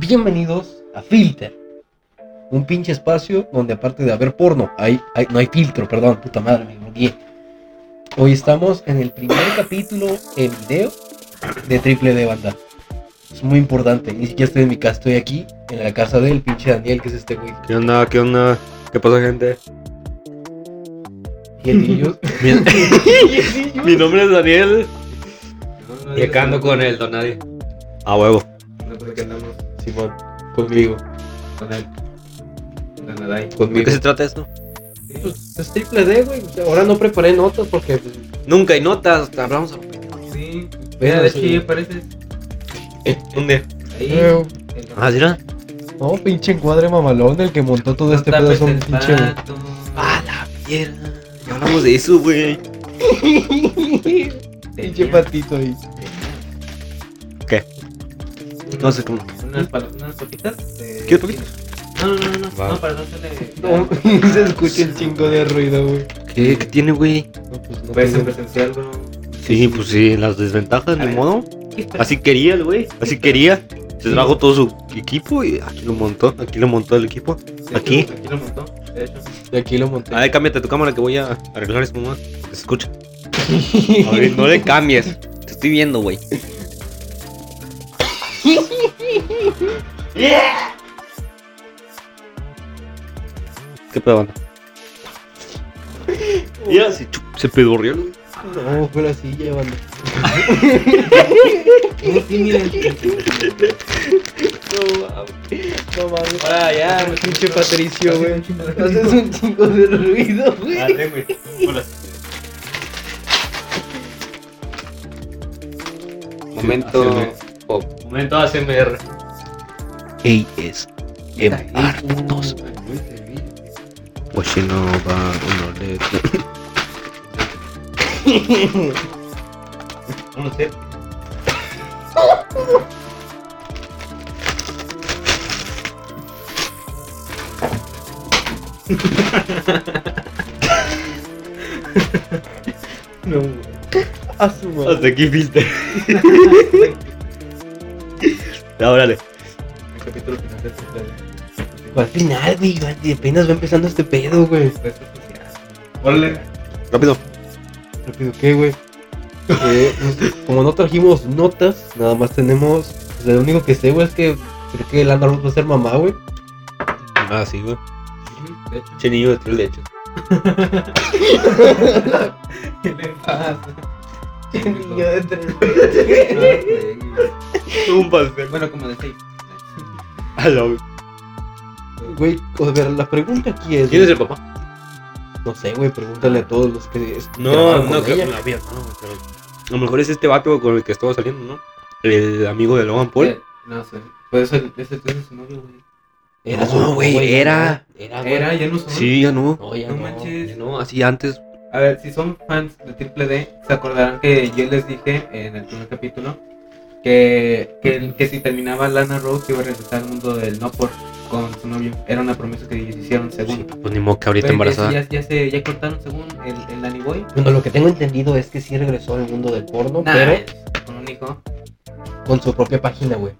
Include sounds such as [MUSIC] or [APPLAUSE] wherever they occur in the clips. bienvenidos a Filter. Un pinche espacio donde aparte de haber porno, hay, hay- no hay filtro, perdón, puta madre, me bloqueé. Hoy estamos en el primer capítulo en video de Triple D Banda. Es muy importante, ni siquiera estoy en mi casa, estoy aquí, en la casa del pinche Daniel, que es este güey. ¿Qué onda? ¿Qué onda? ¿Qué pasa, gente? Y el niño- [LAUGHS] Mi, [LAUGHS] y el niño- mi nombre es Daniel. Y acá ando con el Donadi. A huevo. No sé qué andamos Simón, conmigo, con él. Nanadai. ¿De conmigo. qué se trata esto? Pues, es Triple D, güey. Ahora no preparé notas porque pues, Nunca hay notas, hablamos a lo pendejo. Sí. Bueno, Mira, de hecho, sí. ahí apareces. ¿Dónde? Ahí. Creo. En- Ah, ¿sí, no? No, pinche encuadre mamalón, el que montó todo este Atrapes pedo es un el pinche. pato. Ah, la mierda. Ya hablamos de eso, güey. [LAUGHS] pinche Tenía patito ahí. unas- No sé cómo. Unas, pal- unas papitas. de- ¿Quieres papitas? No, no, no, no. Va. No, para no hacerle. No, [LAUGHS] y se escucha un chingo de ruido, güey. ¿Qué, ¿Qué tiene, güey? No, pues no Pues en tengo- presencial, bro. Sí, pues sí, las desventajas, A ni ver. modo. Así quería el güey, así quería. Se trajo todo su equipo y aquí lo montó, aquí lo montó el equipo. Sí, aquí. Aquí lo montó. De hecho. De aquí lo monté. A ver, cámbiate tu cámara que voy a arreglar esto más. Se escucha. A ver, no le cambies. Te estoy viendo, güey. ¿Qué pedo, banda? Ya, se, chup- se pedorrió, güey. No, fue la silla, [LAUGHS] banda. Muy tímido. No mames. No mames. Ahora ya, güey. Pinche Patricio, Haces güey. un chingo de ruido. Haces un chingo de ruido, güey. Ah, sí, güey. Hola. Momento pop. Momento ASMR. ASMR. putos. Pues Washinova, honore. No lo sé. No, güey. A su madre. [LAUGHS] Hasta aquí, filter. Ya, órale. El capítulo final de Triple D. Al final, güey, güey, apenas va empezando este pedo, güey. Respuesta social. Órale. Rápido. Rápido, ¿qué, güey? Eh, pues, como no trajimos notas, nada más tenemos. o sea, lo único que sé, güey, es que creo que Lana Rhodes va a ser mamá, güey. Ah, sí, güey. De hecho, Che niño de tres leches. ¿qué le [LAUGHS] pasa? de tres Un pastel. [LAUGHS] Bueno, como de seis. A la güey. [LAUGHS] Güey, o sea, la pregunta aquí es. ¿Quién es güey, el papá? No sé, güey, pregúntale a todos los que. es- No, trabajan no, con creo que ella. no había. No, güey, pero a lo mejor es este vato con el que estaba saliendo, ¿no? El amigo de Logan Paul. Eh, No sé. Puede ser, ese entonces su novio, güey. Era su- No, güey, era. Era, güey. Era, ya no son. Ah, Sí, ya no. No, ya No no. manches. Ya no, así antes. A ver, si son fans de Triple D, se acordarán que yo les dije en el primer capítulo que, que, que si terminaba Lana Rose iba a regresar al mundo del no por con su novio. Era una promesa que ellos hicieron Sí, según. pues ni modo que ahorita Pero embarazada. Ya, ya se ya cortaron según el, el Danny Boy. Bueno, lo que tengo entendido es que sí regresó al mundo del porno, Nah, pero es con un hijo. con su propia página, güey.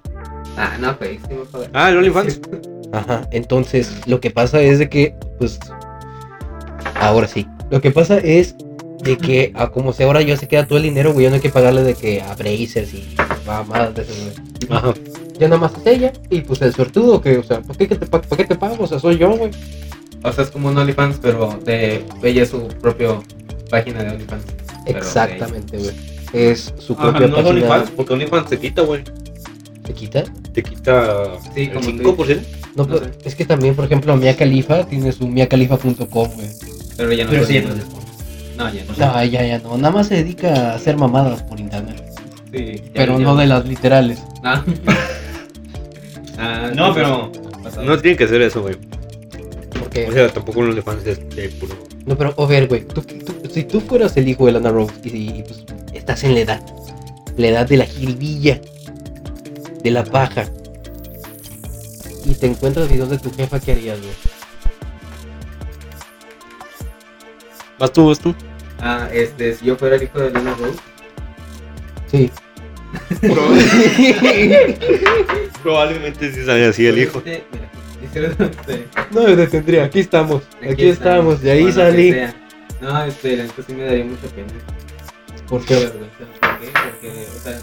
Ah, no, güey, sí, por favor. Ah, el OnlyFans. Ajá, entonces lo que pasa es de que, pues, ahora sí. Lo que pasa es de que, a como sea ahora, yo se queda todo el dinero, güey, ya no hay que pagarle de que a Brazers y mamadas de eso, güey. Ajá. Ya nada más es ella, y pues el suertudo, que, o sea, ¿para qué, que te, pa- ¿para qué te pago? O sea, soy yo, güey. O sea, es como un OnlyFans, pero de ella es su propio página de OnlyFans. Pero, Exactamente, güey. Es su Ajá, propia Ah, no es página. OnlyFans, porque OnlyFans te quita, güey. ¿Te quita? Te quita Sí, el como te 5%. No, No pero sé. es que también, por ejemplo, Mia Khalifa tiene su miacalifa.com, güey. Pero ya no Pero lo sí, veo. no. No, ya no. No, ya, ya no. Nada más se dedica a hacer mamadas por internet. Sí, ya- Pero ya- no de las literales. [LAUGHS] Ah. Ah, No, pero- No tiene que ser eso, güey. Porque O sea, tampoco un OnlyFans es de puro. No, pero, a ver, güey, tú, tú- si tú fueras el hijo de Lana Rhodes y, y, pues, estás en la edad, la edad de la jiribilla, de la paja, y te encuentras videos de tu jefa, ¿qué harías, güey? ¿Vas tú, vas tú? [LAUGHS] Ah, este, si yo fuera el hijo de Lana Rose, Sí, Probablemente sí sabía así el hijo. Este, mira, hicieron, [LAUGHS] este, No me detendría, aquí estamos. Aquí, estamos, de ahí bueno, que salí. sea. No, este, la neta sí me daría mucha pena. Mucha Porque vergüenza. ¿Por qué? Porque, o sea,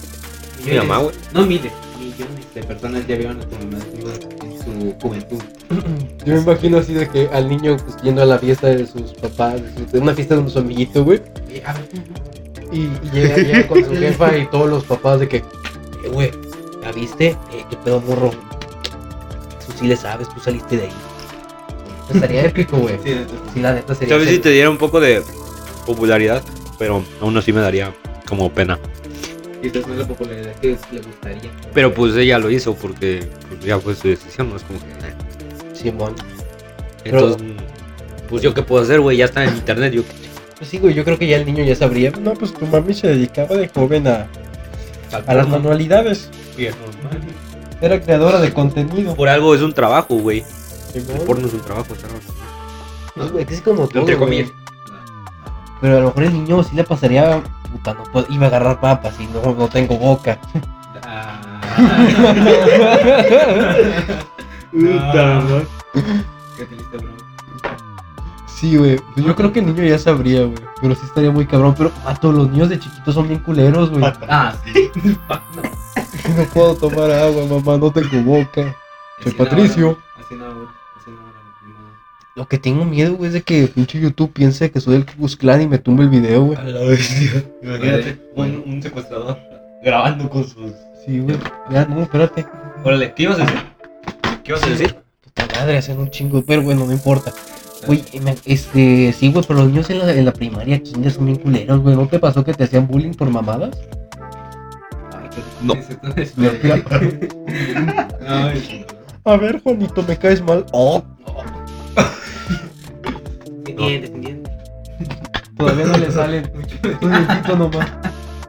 Mi mamá, güey. No miles, millones de personas ya vieron a tu mamá en su- en su juventud. yo me imagino así de que al niño pues, yendo a la fiesta de sus papás, de, su- de una fiesta de su amiguito, güey. Y, a ver, Y, y llega, llega [LAUGHS] con su jefa y todos los papás de que, "Eh, güey, ¿la viste? Eh, ¿Qué pedo, morro? Tú sí le sabes, tú saliste de ahí. Pues, Estaría épico, güey. sí, entonces, Sí, la neta sería. Tal vez si sería- te diera un poco de popularidad, pero aún así me daría como pena. quizás no es la popularidad que le gustaría. Pero pues ella lo hizo porque pues, ya fue su decisión, no es como que. eh. Simón. Pero- Entonces, pues yo qué puedo hacer, güey, ya está en internet. Yo, Pues sí, güey, yo creo que ya el niño ya sabría. No, pues tu mami se dedicaba de joven a, a las manualidades. Bien. normal. Era creadora de contenido. Por algo es un trabajo, güey. El Simón. porno es un trabajo, ¿sabes? Pues, güey, que es como todo, Entre güey. comillas. Pero a lo mejor el niño sí le pasaría. Puta, no puedo- iba a agarrar papas y no, no tengo boca. Ah, Puta, no. qué triste, bro. [LAUGHS] Sí, güey. Pues Yo creo que el niño ya sabría, güey. Pero sí estaría muy cabrón. Pero todos los niños de chiquitos son bien culeros, [LAUGHS] güey. Ah, [LAUGHS] sí. No puedo tomar agua, mamá. No tengo boca. Soy Así no, Patricio. no, Así no, güey, así no, no, no. Lo que tengo miedo, güey, es de que pinche YouTube piense que soy el Klux Klan y me tumbe el video, güey. A la bestia. Imagínate Vale. un, un secuestrador grabando con sus. Sí, güey. Ya, no, espérate. Órale, ¿qué ibas a decir? ¿Qué ibas a decir? Puta madre, hacen un chingo. Pero bueno, no importa. Güey, me- este, sí, güey, pero los niños en la, en la primaria, kinder, son bien culeros, güey. ¿No te pasó que te hacían bullying por mamadas? Ay, No. entonces, [LAUGHS] No, este, mira. Ay, A ver, Juanito, me caes mal. Oh, no. Pendiente, pendiente. todavía no le salen. Mucho. Un dientito [LAUGHS] nomás.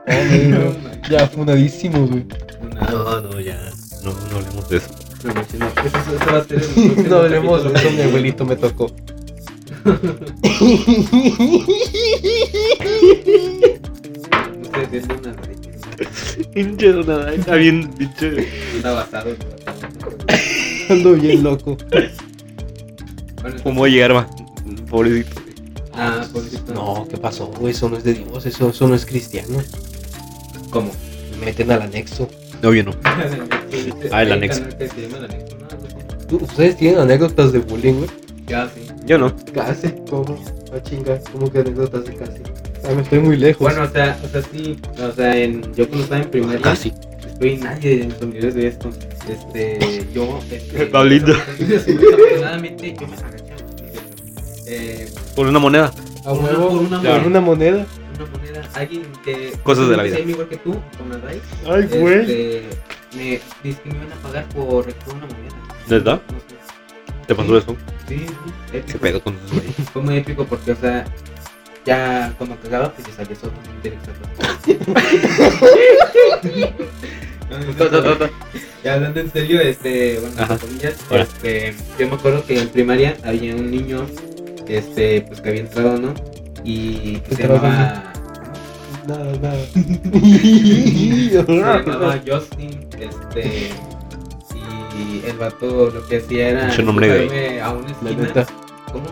Oh, ya, funadísimos, güey. Una- No, no, ya. No, no hablemos de eso. Eso, eso va a ser el próximo No hablemos de capítulo. eso, mi abuelito me tocó. No sé, denle una raíz. [LAUGHS] Pinche nada, está bien, pinche. Está basado. en- Ando bien loco. Bueno, Como hierba. Pobrecito. Ah, pobrecito. No, ¿qué pasó, güey? Eso no es de Dios, eso, eso no es cristiano. [LAUGHS] ¿Cómo? Me meten al anexo. No, yo no. Ah, el Hay anexo. canal que se llama el anexo, ¿no? Algo así. ¿Tú- ¿Ustedes tienen anécdotas de bullying, güey? Ya, sí. Yo no. Casi, ¿cómo? A chinga, ¿cómo que anécdotas de casi? Ah, me estoy muy lejos. Bueno, o sea, o sea, sí, o sea, en, yo cuando estaba en primaria, Casi. Oye, nadie de mis familiares de esto. Este, yo. Este, Pablito. Desafortunadamente, yo me agachaba. Eh, Por una moneda. a huevo, por por una una, moneda. moneda. una moneda, alguien que. Cosas de la vida. que sea igual que tú, con la DAI. Ay, Este, me dice que me iban a pagar por, por una moneda. ¿Neta? No sé. ¿Te pasó eso? Sí, sí, ¿Qué épico. pedo con eso, güey? Fue muy épico porque, o sea, ya cuando cagaba, pues ya sabía eso, no me interesaba. [LAUGHS] No, no, no, no. Ya hablando en serio, este, bueno, Ajá. entre comillas, Ahora. este, yo me acuerdo que en primaria había un niño, este, pues que había entrado, ¿no? Y que se Entrado, llamaba, Nada, [LAUGHS] se llamaba nada. Justin, este, y el vato lo que hacía era Mucho nombre de- empujarme a una La esquina. neta. ¿Cómo?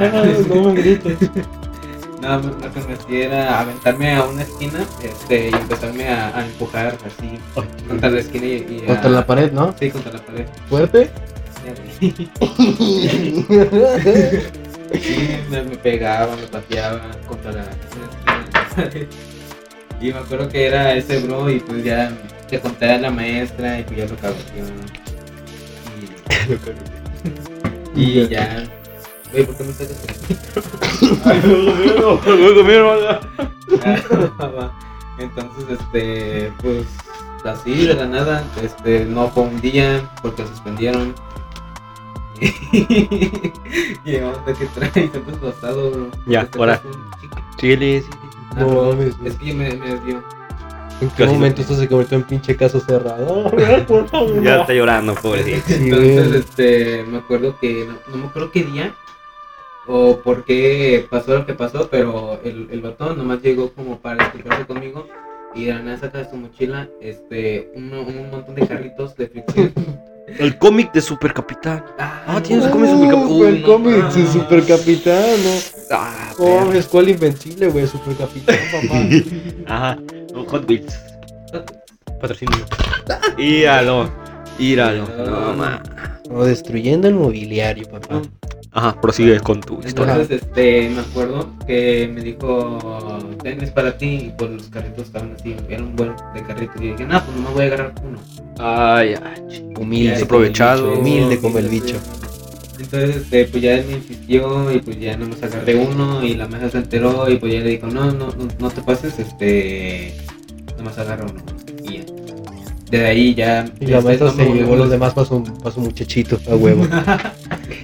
No, no me grites. Nada más lo que me hacía era aventarme a una esquina, este, y empezarme a, a empujar así contra la esquina y, y a- Contra la pared, ¿no? sí, contra la pared. [LAUGHS] ¿Fuerte? Sí, me, me pegaba, me pateaba contra la contra la pared. Y me acuerdo que era ese bro y pues ya te conté a la maestra y pues ya lo cagoteó. Y, [LAUGHS] y ya. Oye, ¿por qué me sacas Ah, [LAUGHS] Entonces, este, pues así de la nada, este, no fue un día porque suspendieron. [LAUGHS] y ahorita que trae, te has pasado, bro. Ya, Te ahora. pasó un chico. [LAUGHS] Chile, sí. Ah, No perdón, mames, Es que me, me desvió. ¿En qué momento esto se convirtió en pinche caso [LAUGHS] cerrado? Por favor. Ya está llorando, pobrecito. Entonces, güey. este, me acuerdo que, no, no me acuerdo qué día o por qué pasó lo que pasó, pero el, el batón nomás llegó como para disculparse conmigo y de la nada saca de su mochila este, un, un montón de carritos de fricción. [LAUGHS] El cómic de Supercapitán. Ah, no, tienes cómic supercapitán. Uh, el Uy, no, cómic de mames. supercapitán, no. Ah, Oh, perro. escuela invencible, güey, [LAUGHS] supercapitán, papá. Ajá. un Hot Wheels. Patrocinio. [LAUGHS] Íralo. Íralo. No, ma. No, destruyendo el mobiliario, papá. Ajá, prosigue con tu historia. Entonces, este, me acuerdo que me dijo, ten es para ti, y pues los carritos estaban así, era un buen de carritos, y dije, no, pues nomás voy a agarrar uno. este, Ay, ay. ch- Humilde. Desaprovechado. como el bicho, Humilde como el bicho. Entonces, este, pues ya él me insistió y pues ya no me agarré uno y la mesa se enteró y pues ya le dijo, no, no, no, no te pases, este, nomás agarra uno. Y ya. Desde ahí ya... Y la este, maestra no me se volvió llevó a los demás para su, pa' su muchachito, a [LAUGHS] huevo. [LAUGHS]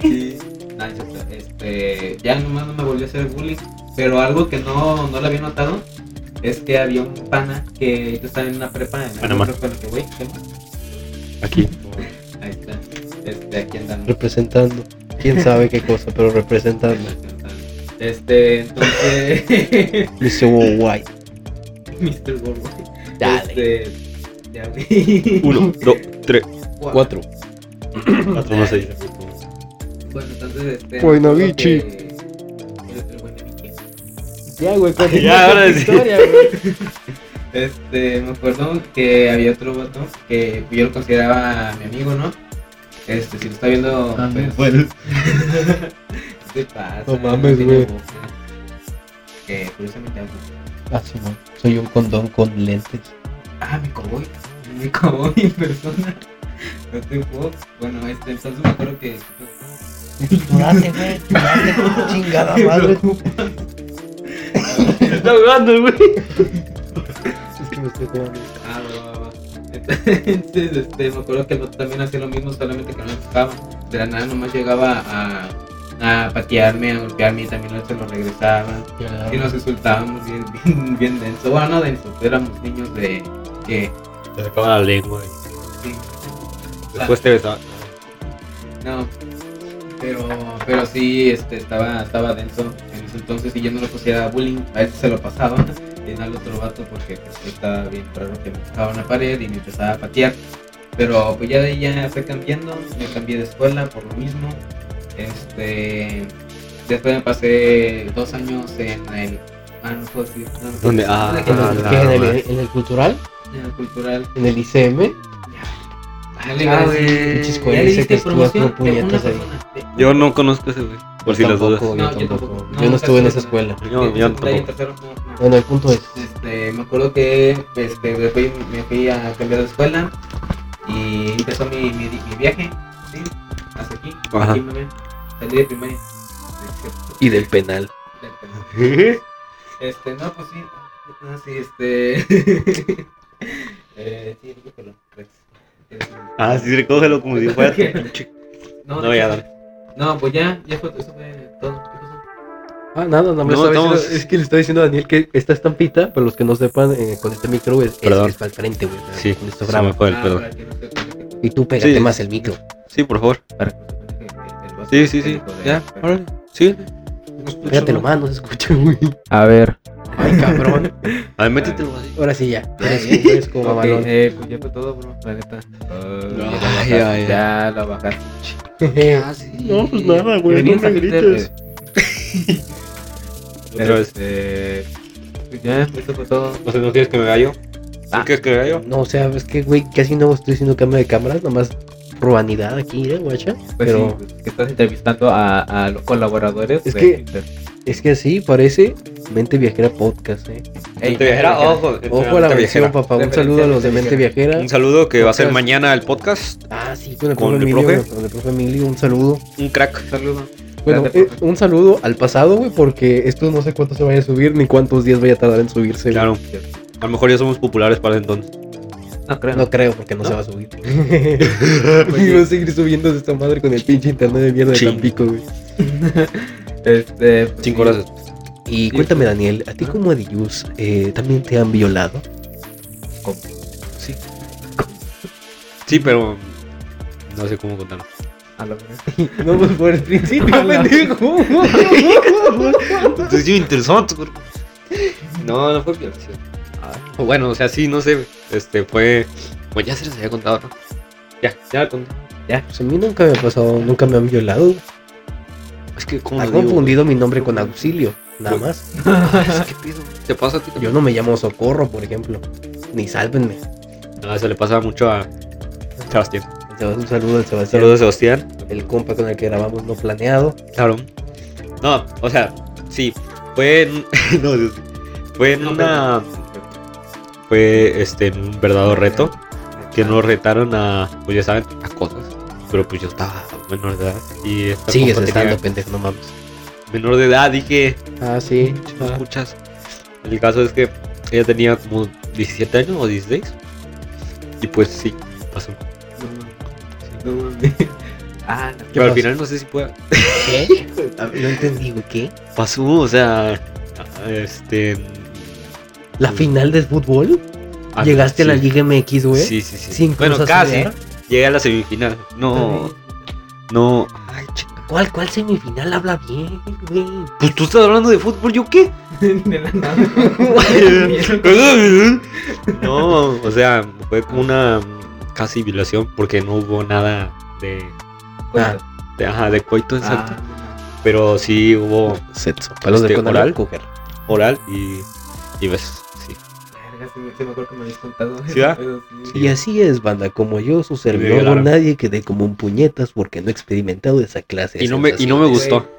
Sí. No, es cierto. este, ya nomás no me volvió a hacer bullying. Pero algo que no, no le había notado es que había un pana que yo estaba en una prepa en Panamá. otra escuela que, güey, ¿qué más? Aquí. Ahí está. Este, aquí andamos. Representando. Quién sabe qué cosa, pero representando. Este, entonces. [LAUGHS] Dice, wow, white. Mr. Gorgo. Dale. Este, ya, güey. Uno, dos, tres, Cuatro. cuatro, no seis. Bueno, entonces, este. Buenavichi. que- el- el Buenavichi. Ya, güey, [LAUGHS] Ya, ahora [LAUGHS] sí. güey. Este, me acuerdo que había otro vato que yo lo consideraba mi amigo, ¿no? Este, si lo está viendo, Ah, no [LAUGHS] pues, puedes. ¿qué pasa? No mames, tiene güey. boca. Que curiosamente habla. Ah, sí, no. Soy un condón con lentes. Ah, mi cowboy. [LAUGHS] Mi cowboy en persona. [LAUGHS] No te puedo. Bueno, este, entonces me acuerdo que. Date, güey. [LAUGHS] Date, chingada Ah, [LAUGHS] madre. Se está ahogando, güey. Es que me estoy tomando. Ah, va, va, va. Entonces, este, me acuerdo que el vato también hacía lo mismo, solamente que no le tocaba. De la nada nomás llegaba a, a patearme, a golpearme y también se lo regresaba. Y nos insultábamos bien, bien, bien denso. Bueno, no denso, éramos niños de que. Se acaba la lengua. güey. sí, Después te besaba. no. Pero, pero sí, este, estaba, estaba denso en ese entonces y yo no lo consideraba bullying. A él se lo pasaba y no al otro vato porque pues, estaba bien raro que me tocaba una pared y me empezaba a patear. Pero pues ya de ahí ya fue cambiando, me cambié de escuela por lo mismo. Este, después me pasé dos años en el. Ah, no puedo decir. no, no puedo ¿Dónde? decir. Ah, ¿En el, Ah, la qué, en el- madre. en el cultural? en el cultural. ¿En el ICM? Ah, le iba a decir. Pinches Ya le coherencia diste que estuvo promoción haciendo de una puñetas ahí. persona. De- Yo no conozco ese, güey. Por si las dudas. Tampoco, No, Yo yo tampoco. tampoco. Yo no No, estuve en esa casi escuela. Yo, de yo secundaria, tampoco. tercero, no, no. Bueno, el punto es. Este, me acuerdo que este, me, fui, me fui a cambiar de escuela y empezó mi, mi, mi viaje, ¿sí? Hasta aquí. Ajá. aquí me ven. Salí de [LAUGHS] primaria. Y del penal. Este, no, pues sí. No, sí, este. [LAUGHS] eh, sí, recógelo, Rex. Ah, sí, recógelo como si [LAUGHS] fuera tu pinche. No, No, ya, dale. No, pues ya, ya fue, eso fue todo. ¿Qué pasó? Ah, nada, nada más. No, estaba estamos- diciendo- es que le estaba diciendo a Daniel que esta estampita, para los que no sepan, eh, con este micro es, es- Perdón. es para el frente, güey. o sea, Sí, con esto se me graba. fue el Ah, perdón. para que no se conecte. Y tú pégate Sí. más el micro. Ah, Sí, por favor. Para que no se conecte el- el vaso Sí, sí, sí. electrónico de- Ya, órale. Sí. Pégatelo más, no se escucha, güey. A ver. Ay, cabrón. A ver, métetelo así. Ahora sí, ya. Ya, Sí, ya. es como Ok, balón. [LAUGHS] eh, pues ya fue todo, bro, la neta. No. ya, la Ay, bajaste, ay, ay. ya la bajaste. No, pues nada, güey, Venimos no me a meter, grites. eh, Otra vez. eh, pues ya, esto fue todo. No sé, ¿no quieres que me gallo? Ah. ¿No quieres que me gallo? No, o sea, es que, güey, casi no estoy haciendo cambio de cámaras, nomás probanidad aquí, ¿eh, guacha? Pues Pero sí, pues, que estás entrevistando a, a los colaboradores. Es de que- Twitter. es que así parece Mente Viajera Podcast, ¿eh? Ey, Mente viajera, viajera. ojo. Ojo a la Mente mención, viajera. papá. Un Referencia saludo a los de Mente Mente Viajera. Un saludo que va a ser Podcast. mañana el podcast. Ah, sí, con el ¿Con profe el Emilio. profe? Con el profe Emilio, un saludo. Un crack. Un saludo. Bueno, Grande, eh, profe. un saludo al pasado, güey, porque esto no sé cuánto se vaya a subir ni cuántos días vaya a tardar en subirse. güey. Claro. A lo mejor ya somos populares para ese entonces. No creo. No creo, porque no, ¿No? Pues se va a [LAUGHS] subir. [LAUGHS] Y va a seguir subiendo esta madre con el pinche internet de mierda de Chin. Tampico, güey. Este, pues, Cinco sí. horas. Y cuéntame, Daniel, ¿a ti como Adiyus eh, también te han violado? Sí, pero. No sé cómo contarlo. A la vez. No, pues por el principio, pendejo. Entonces, sí, interesante. güey. No, no fue violación. O Bueno, o sea, sí, no sé. Este fue. Pues ya se les había contado, ¿no? Ya, ya la conté. Pues a mí nunca me ha pasado, nunca me han violado. Es que, como Ha [LAUGHS] confundido mi nombre con auxilio, Pues nada más. ¿Qué pido? ¿Te pasa a ti? Yo no me llamo Socorro, por ejemplo. Ni sálvenme. No, eso ah, le pasa mucho a Sebastián. Sebas- Un saludo al Sebastián. Saludos, Sebastián. El compa con el que grabamos no planeado. Claro. No, o sea, sí. Fue en. [LAUGHS] no, Dios mío. Fue en una. Fue este, en un verdadero reto. Que nos retaron a. Pues ya saben, a cosas. Pero pues yo estaba menor de edad. Y esta Sigues compa tenía estando pendejo, no mames. Menor de edad, dije. Ah, sí. no escuchas. El caso es que ella tenía como 17 años o 16. Y pues sí, pasó. No mames. Ah, no. Pero [LAUGHS] pasó? al final no sé si puede. [LAUGHS] ¿Qué? Ah, No entendí, güey, ¿qué? Pasó, o sea. Este. ¿La final de fútbol? ah, ¿Llegaste sí. a la Liga MX, güey? Sí, sí, sí. Sin bueno, Cruz ¿eh? casi. Azteca. Llegué a la semifinal. No. No. Ay, chica. ¿Cuál, cuál semifinal habla bien, güey? Pues tú estás hablando de fútbol, ¿yo qué? De la nada. no, o sea, fue como una mm, casi violación porque no hubo nada de. Ah, de ajá, de coito exacto. Ah, Pero sí hubo sexo. Oh, Palos de Este, cola oral. coger. oral y, y besos. Sí. verga, sí, me- sí me acuerdo que me habías contado. ¿Sí, va? Pero sí. Sí. Y así es, banda, como yo, su servidor, violaron. no nadie quedé como un puñetas porque no he experimentado esa clase. de Y no me, y no me sensaciones. gustó.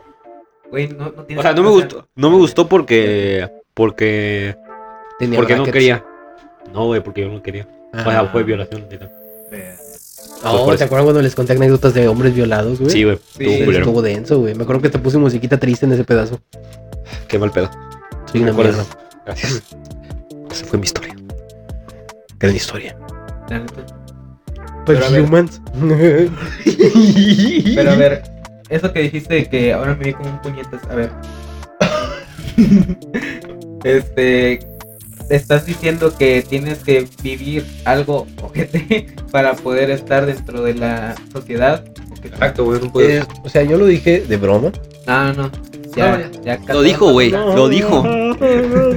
Güey, no, no tienes O sea, no que me pasar. gustó. No me gustó porque. Porque. Tenía Porque no brackets. quería. No, güey, porque yo no quería. Ah. O sea, fue violación. neta. Verga. Oh, por ¿te eso. acuerdas cuando les conté anécdotas de hombres violados, güey? Ah, Sí, güey. Sí, Estuvo culero. estuvo denso, güey. Me acuerdo que te puse musiquita triste en ese pedazo. Qué mal pedo. Soy una ¿Me acuerdas? mierda. Gracias. [LAUGHS] Esa fue mi historia. Gran historia. La neta. Pero a ver. Pues, [LAUGHS] humans. Pero a ver, eso que dijiste de que ahora me vi como un puñetas, a ver. [LAUGHS] este. Estás diciendo que tienes que vivir algo ojete [LAUGHS] para poder estar dentro de la sociedad. Exacto, güey. No Eh, o sea, yo lo dije de broma. No, no. Ya, No, ya. ya. Lo dijo, güey. Lo dijo. Ah,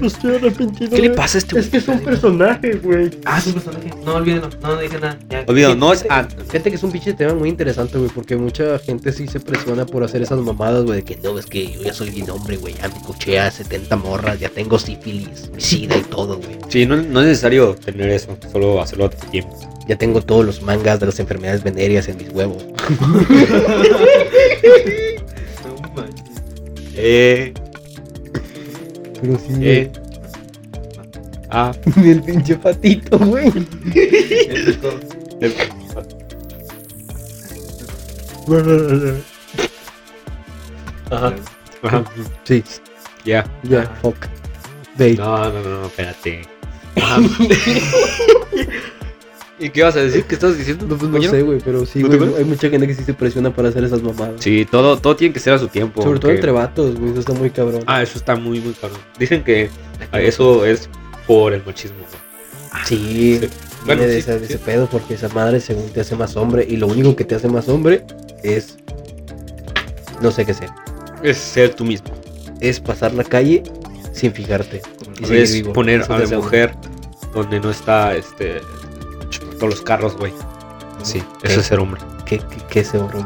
estoy arrepentido. ¿Qué le pasa a este güey? es un personaje, güey. Ah, su personaje. No, olvídalo. No, no dije nada. Ya. Olvido, no es. ah, Fíjate que es un pinche tema muy interesante, güey, porque mucha gente sí se presiona por hacer esas mamadas, güey, de que no, es que yo ya soy bien hombre, güey, ya me coché a 70 morras, ya tengo sífilis, sida y todo, güey. Sí, no, no es necesario tener eso. Solo hacerlo a tu tiempo. Ya tengo todos los mangas de las enfermedades venéreas en mis huevos. No manches. Eh. Pero sí, [LAUGHS] Eh. Ah. el pinche patito, güey. Épico. Ajá. Ajá. Sí, [LAUGHS] Ya. ya, fuck. Date. No, no, no, no, espérate. Ajá. [LAUGHS] ¿Y qué vas a decir? ¿Qué estás diciendo? No, pues no compañero? sé, güey, pero sí, ¿No te güey, hay acuerdas? mucha gente que sí se presiona para hacer esas mamadas. Sí, todo, todo tiene que ser a su tiempo. Sobre todo que- entre vatos, güey, eso está muy cabrón. Ah, eso está muy, muy caro. Dicen que eso es por el machismo. güey. sí, sí. viene Bueno, de, sí, esa- de sí. ese pedo porque esa madre según te hace más hombre y lo único que te hace más hombre es... No sé qué sé. Es ser tú mismo. Es pasar la calle sin fijarte. Y seguir es vivo. poner Eso a te la hace hombre. mujer donde no está este todos los carros, güey. Sí, eso Ok. es ser hombre. ¿Qué, qué, qué es ser hombre?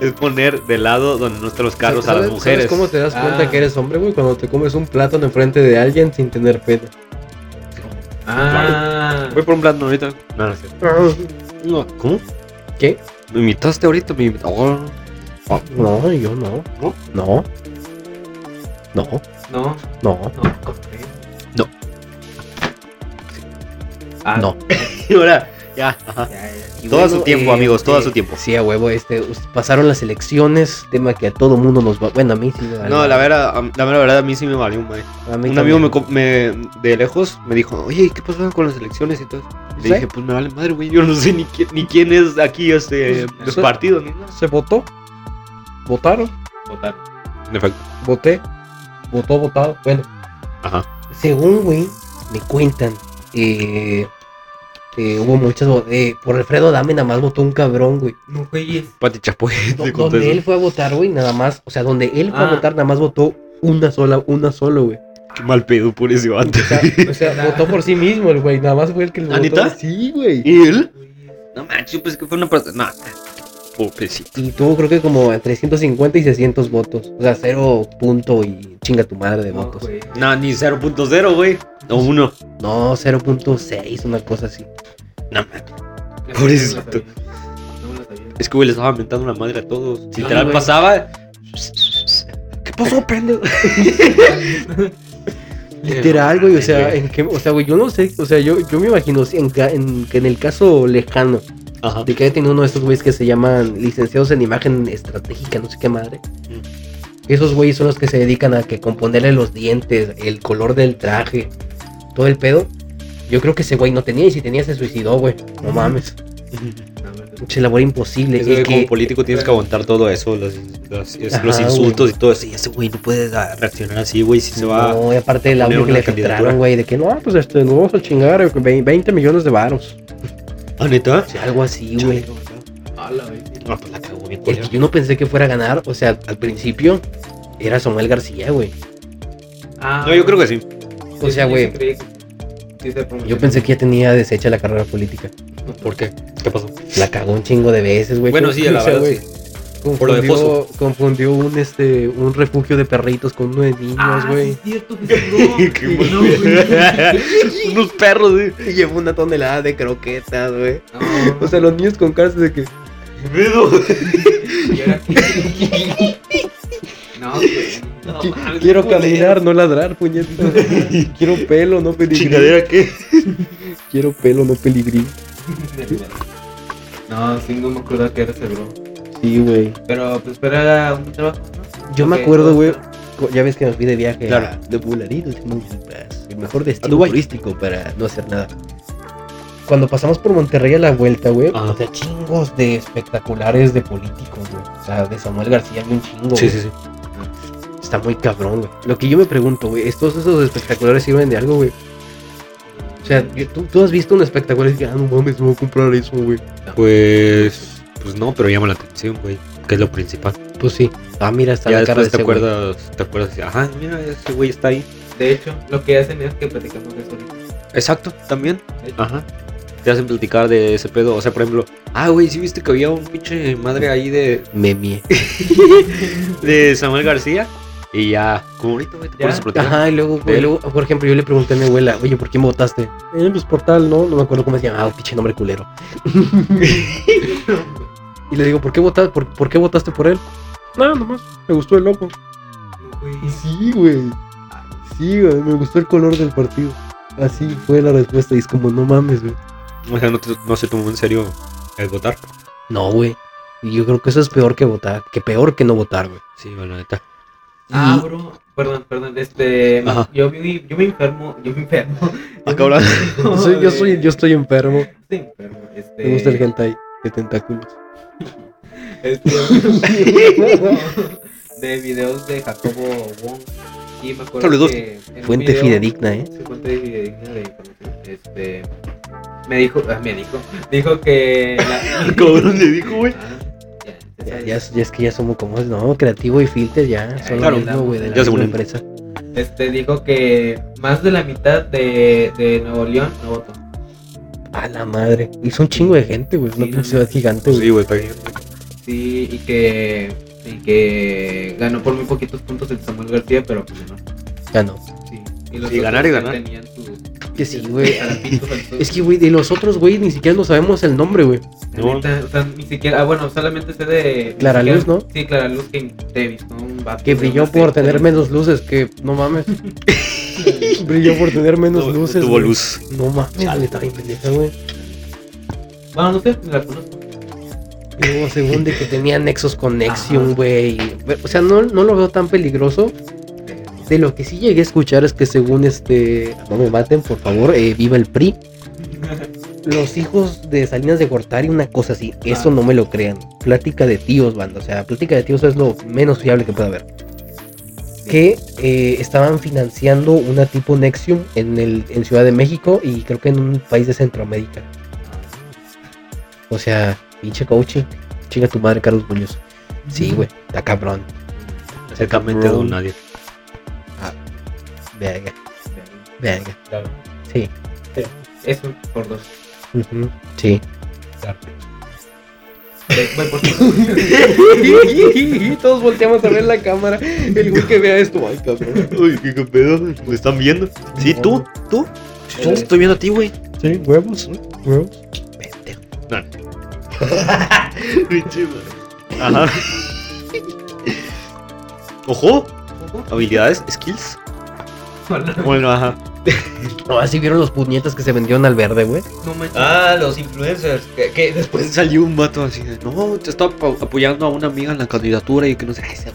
Es poner de lado donde no están los carros a las ¿Sabes- mujeres. ¿Sabes cómo te das cuenta Ah. que eres hombre, güey? Cuando te comes un plátano enfrente de alguien sin tener pena. Ah. Voy por un plátano ahorita. No, no es cierto. Ah. No, ¿Cómo? ¿Qué? ¿Me imitaste ahorita? ¿Me imitaste? No, yo no. ¿No? No. No. No, No. no, ¿cómo crees? No. Ah, No. [LAUGHS] Y ahora, ya, ajá. Ya, ya. Y Todo a su tiempo, amigos, todo a su tiempo. Sí, a huevo, este, us- pasaron las elecciones, tema que a todo mundo nos va. Bueno, a mí sí me valió. No, la verdad, a- la mera verdad a mí sí me valió, madre. A mí Un también. amigo me, co- me- de lejos me dijo, oye, ¿qué pasó con las elecciones y todo? eso?" Le ¿Sí? dije, pues me vale madre, güey, yo no sé ni quién, ni quién es aquí este, Pues, los eso- partidos, ni nada. se votó. Votaron. Votaron. En efecto. Voté. Votó, votado. Bueno. Ajá. Según, güey, me cuentan. Eh, eh, hubo muchas. vo- Eh, por Alfredo Dame nada más votó un cabrón, güey. No juegues. Pati Chapoy [LAUGHS] Do- te contó donde eso. él fue a votar, güey, nada más. O sea, donde él fue Ah. a votar, nada más votó una sola, una solo, güey. Qué mal pedo por ese vato. O sea, [LAUGHS] o sea, votó por sí mismo el güey, nada más fue el que lo ¿Anita? votó. Sí, güey. ¿Y él? No manches, yo pensé que fue una persona. No, pobrecito. Y tuvo creo que como entre 150 y 600 votos. O sea, cero punto y chinga tu madre de No, votos. güey. No, ni 0.0, güey. O 1. No, 0.6, una cosa así. No manches. Eso Pobrecito. No me lo sabía. Es que, güey, le estaba mentando la madre a todos. Literal güey. pasaba. ¿Qué pasó, [LAUGHS] pendejo? Literal, güey, o sea, Güey. en qué, o sea, güey, yo no sé, o sea, yo, yo me imagino si en, ca- en- que en el caso lejano Ajá. de que haya tenido uno de estos güeyes que se llaman licenciados en imagen estratégica, no sé qué madre. Mm. Esos güeyes son los que se dedican a que componerle los dientes, el color del traje, todo el pedo. Yo creo que ese güey no tenía y si tenía se suicidó, güey. No mames. A ver, Se labor imposible. Es y que que- como político tienes que aguantar todo eso, los, los- es- Ajá, los insultos y todo eso. Y ese güey no puede ah, reaccionar así, güey, si se va. No, y aparte el poner audio que una le candidatura. filtraron, güey, de que no, pues este, nos vamos a chingar eh, ve- 20 millones de varos. ¿Ah, neta? O sea, algo así, güey. a la vez. No, pues la cagó bien, El culero. que yo no pensé que fuera a ganar, o sea, al principio era Samuel García, güey. Ah, No, yo creo que sí. O sea, yo güey. sí creí que- sí se promocionó. Yo pensé que ya tenía deshecha la carrera política. ¿Por qué? ¿Qué pasó? La cagó un chingo de veces, güey. Bueno, Con- sí, la verdad, güey, Por lo de Confundió, confundió un, este, un refugio de perritos con uno de Ah, niños, sí güey. es cierto que sí, Qué no. bueno. No, güey. [LAUGHS] Unos perros, güey. Y llevó una tonelada de croquetas, güey. No, O sea, los niños con caras de que. [LAUGHS] y ahora- No, güey. "Qui- Quiero caminar, no ladrar, [LAUGHS] puñetito. Quiero pelo, no peligrín. qué? Quiero pelo, no peligrín. No, sí, no me acuerdo que era ese bro. Sí, güey. Pero pues pero era un trabajo, ¿no? Yo me Ok, acuerdo, todo güey, está- co- ya ves que me fui de viaje Claro. a de Bularido, Tamaulipas, el mejor destino Dubái. turístico para no hacer nada. Cuando pasamos por Monterrey a la vuelta, güey, Ajá. o sea, chingos de espectaculares de políticos, güey. O sea, de Samuel García hay un chingo, Sí, güey. sí, sí. Está muy cabrón, güey. Lo que yo me pregunto, güey, ¿estos esos espectaculares sirven de algo, güey? O sea, yo- ¿tú, tú has visto un espectacular y dices, ah, no mames, me voy a comprar eso, güey. Pues. Pues no, pero llama la atención, güey. Que es lo principal. Pues sí. Ah, mira, está Ya la cara de después te ese güey. acuerdas, te acuerdas. Ajá, mira, ese güey está ahí. De hecho, lo que hacen es que platicamos de eso ahorita. Exacto, también. De hecho, Ajá. Te hacen platicar de ese pedo. O sea, por ejemplo, ah, güey, sí viste que había un pinche madre ahí de, Me mie. de Samuel García. Y ya, como ahorita, güey, te Ya. Pues, pones a platicar. Ajá, y luego, güey, ¿Eh? luego, por ejemplo, yo le pregunté a mi abuela, oye, ¿por qué me votaste? Eh, pues por tal, ¿no? No me acuerdo cómo se llamaba, pinche nombre [LAUGHS] culero. y le digo, ¿por qué, votaste por, por qué votaste por él? No, nomás, me gustó el loco. güey. Sí, güey. Sí, güey, me gustó el color del partido. Así fue la respuesta y es como, no mames, güey. O sea, no, te- no se tomó en serio el votar. No, güey. Y yo creo que eso es peor que votar, que peor que no votar, güey. Sí, bueno, neta. Ah, Y- bro. Perdón, perdón, este, me- Ajá. yo, vi- yo me enfermo, yo me enfermo. Ah, [LAUGHS] cabrón. Soy- yo, soy, yo estoy enfermo. Estoy enfermo, este. Me gusta el hentai de tentáculos. este, [LAUGHS] de videos de Jacobo Wong. Y me acuerdo Saludos. que en un Fuente video- fidedigna, ¿eh? Sí, fuente fidedigna de información. Este. Me dijo, ah, me dijo, dijo que. [LAUGHS] La... Cabrón le dijo, güey. Ah, ya, Ya, ya, ya es que ya somos como, no, creativo y filter ya, Ya, son claro, lo mismo, güey, de la ya se misma unen. empresa. Este dijo que más de la mitad de, de Nuevo León no votó. A la madre, hizo un chingo de gente, güey, Sí, una no pinche ciudad mames. gigante, Sí, güey. güey, está bien. Sí, y que, y que ganó por muy poquitos puntos el Samuel García, pero pues ganó. Ya no. Sí, y los Sí, otros ganar y que ganar. Tenían sus- Que sí, güey. jalapitos al sur. Es que, güey, de los otros, güey, ni siquiera no sabemos el nombre, güey. La neta, o sea, ni siquiera. Ah, bueno, solamente sé de. ni Clara siquiera- Luz, ¿no? Sí, Clara Luz que te visto un vato. Que de brilló unos por seis tener años. menos luces, que no [LAUGHS] mames. brilló por tener menos No, no luces. tuvo güey. luz. No mames, Chale. güey, está bien pendeja, güey. Bueno, no sé, la conozco. Y Luego, según de que tenía nexos con Ajá. Nexium, güey. O sea, no, no lo veo tan peligroso. De lo que sí llegué a escuchar es que según este, no me maten, por favor, eh, viva el PRI. Los hijos de Salinas de Gortari, una cosa así, eso Ah. no me lo crean. Plática de tíos, banda. O sea, plática de tíos es lo menos fiable que puede haber. Que eh, estaban financiando una tipo Nexium en, el, en Ciudad de México y creo que en un país de Centroamérica. O sea, pinche coaching. Chinga tu madre, Carlos Muñoz. Sí, güey, está cabrón. Exactamente, Bro. don nadie. Verga, verga. Claro. Sí. Eso por dos. ujú, Sí. Eh, voy [LAUGHS] por ti. Todos volteamos a ver la cámara. El güey que vea esto, ay, cabrón. Uy, qué pedo. ¿Me están viendo? Sí, tú, tú. Yo [LAUGHS] te estoy viendo a ti, güey. Sí, [LAUGHS] huevos, huevos. Pinche madre. [LAUGHS] Ajá. Ojo. Habilidades, skills. Bueno, ajá. No, así vieron los puñetas que se vendieron al verde, güey. No manches. Ah, los influencers. Que, que después. Pues salió un vato así de, no, te estaba pa- apoyando a una amiga en la candidatura y que no sé. Ay, se-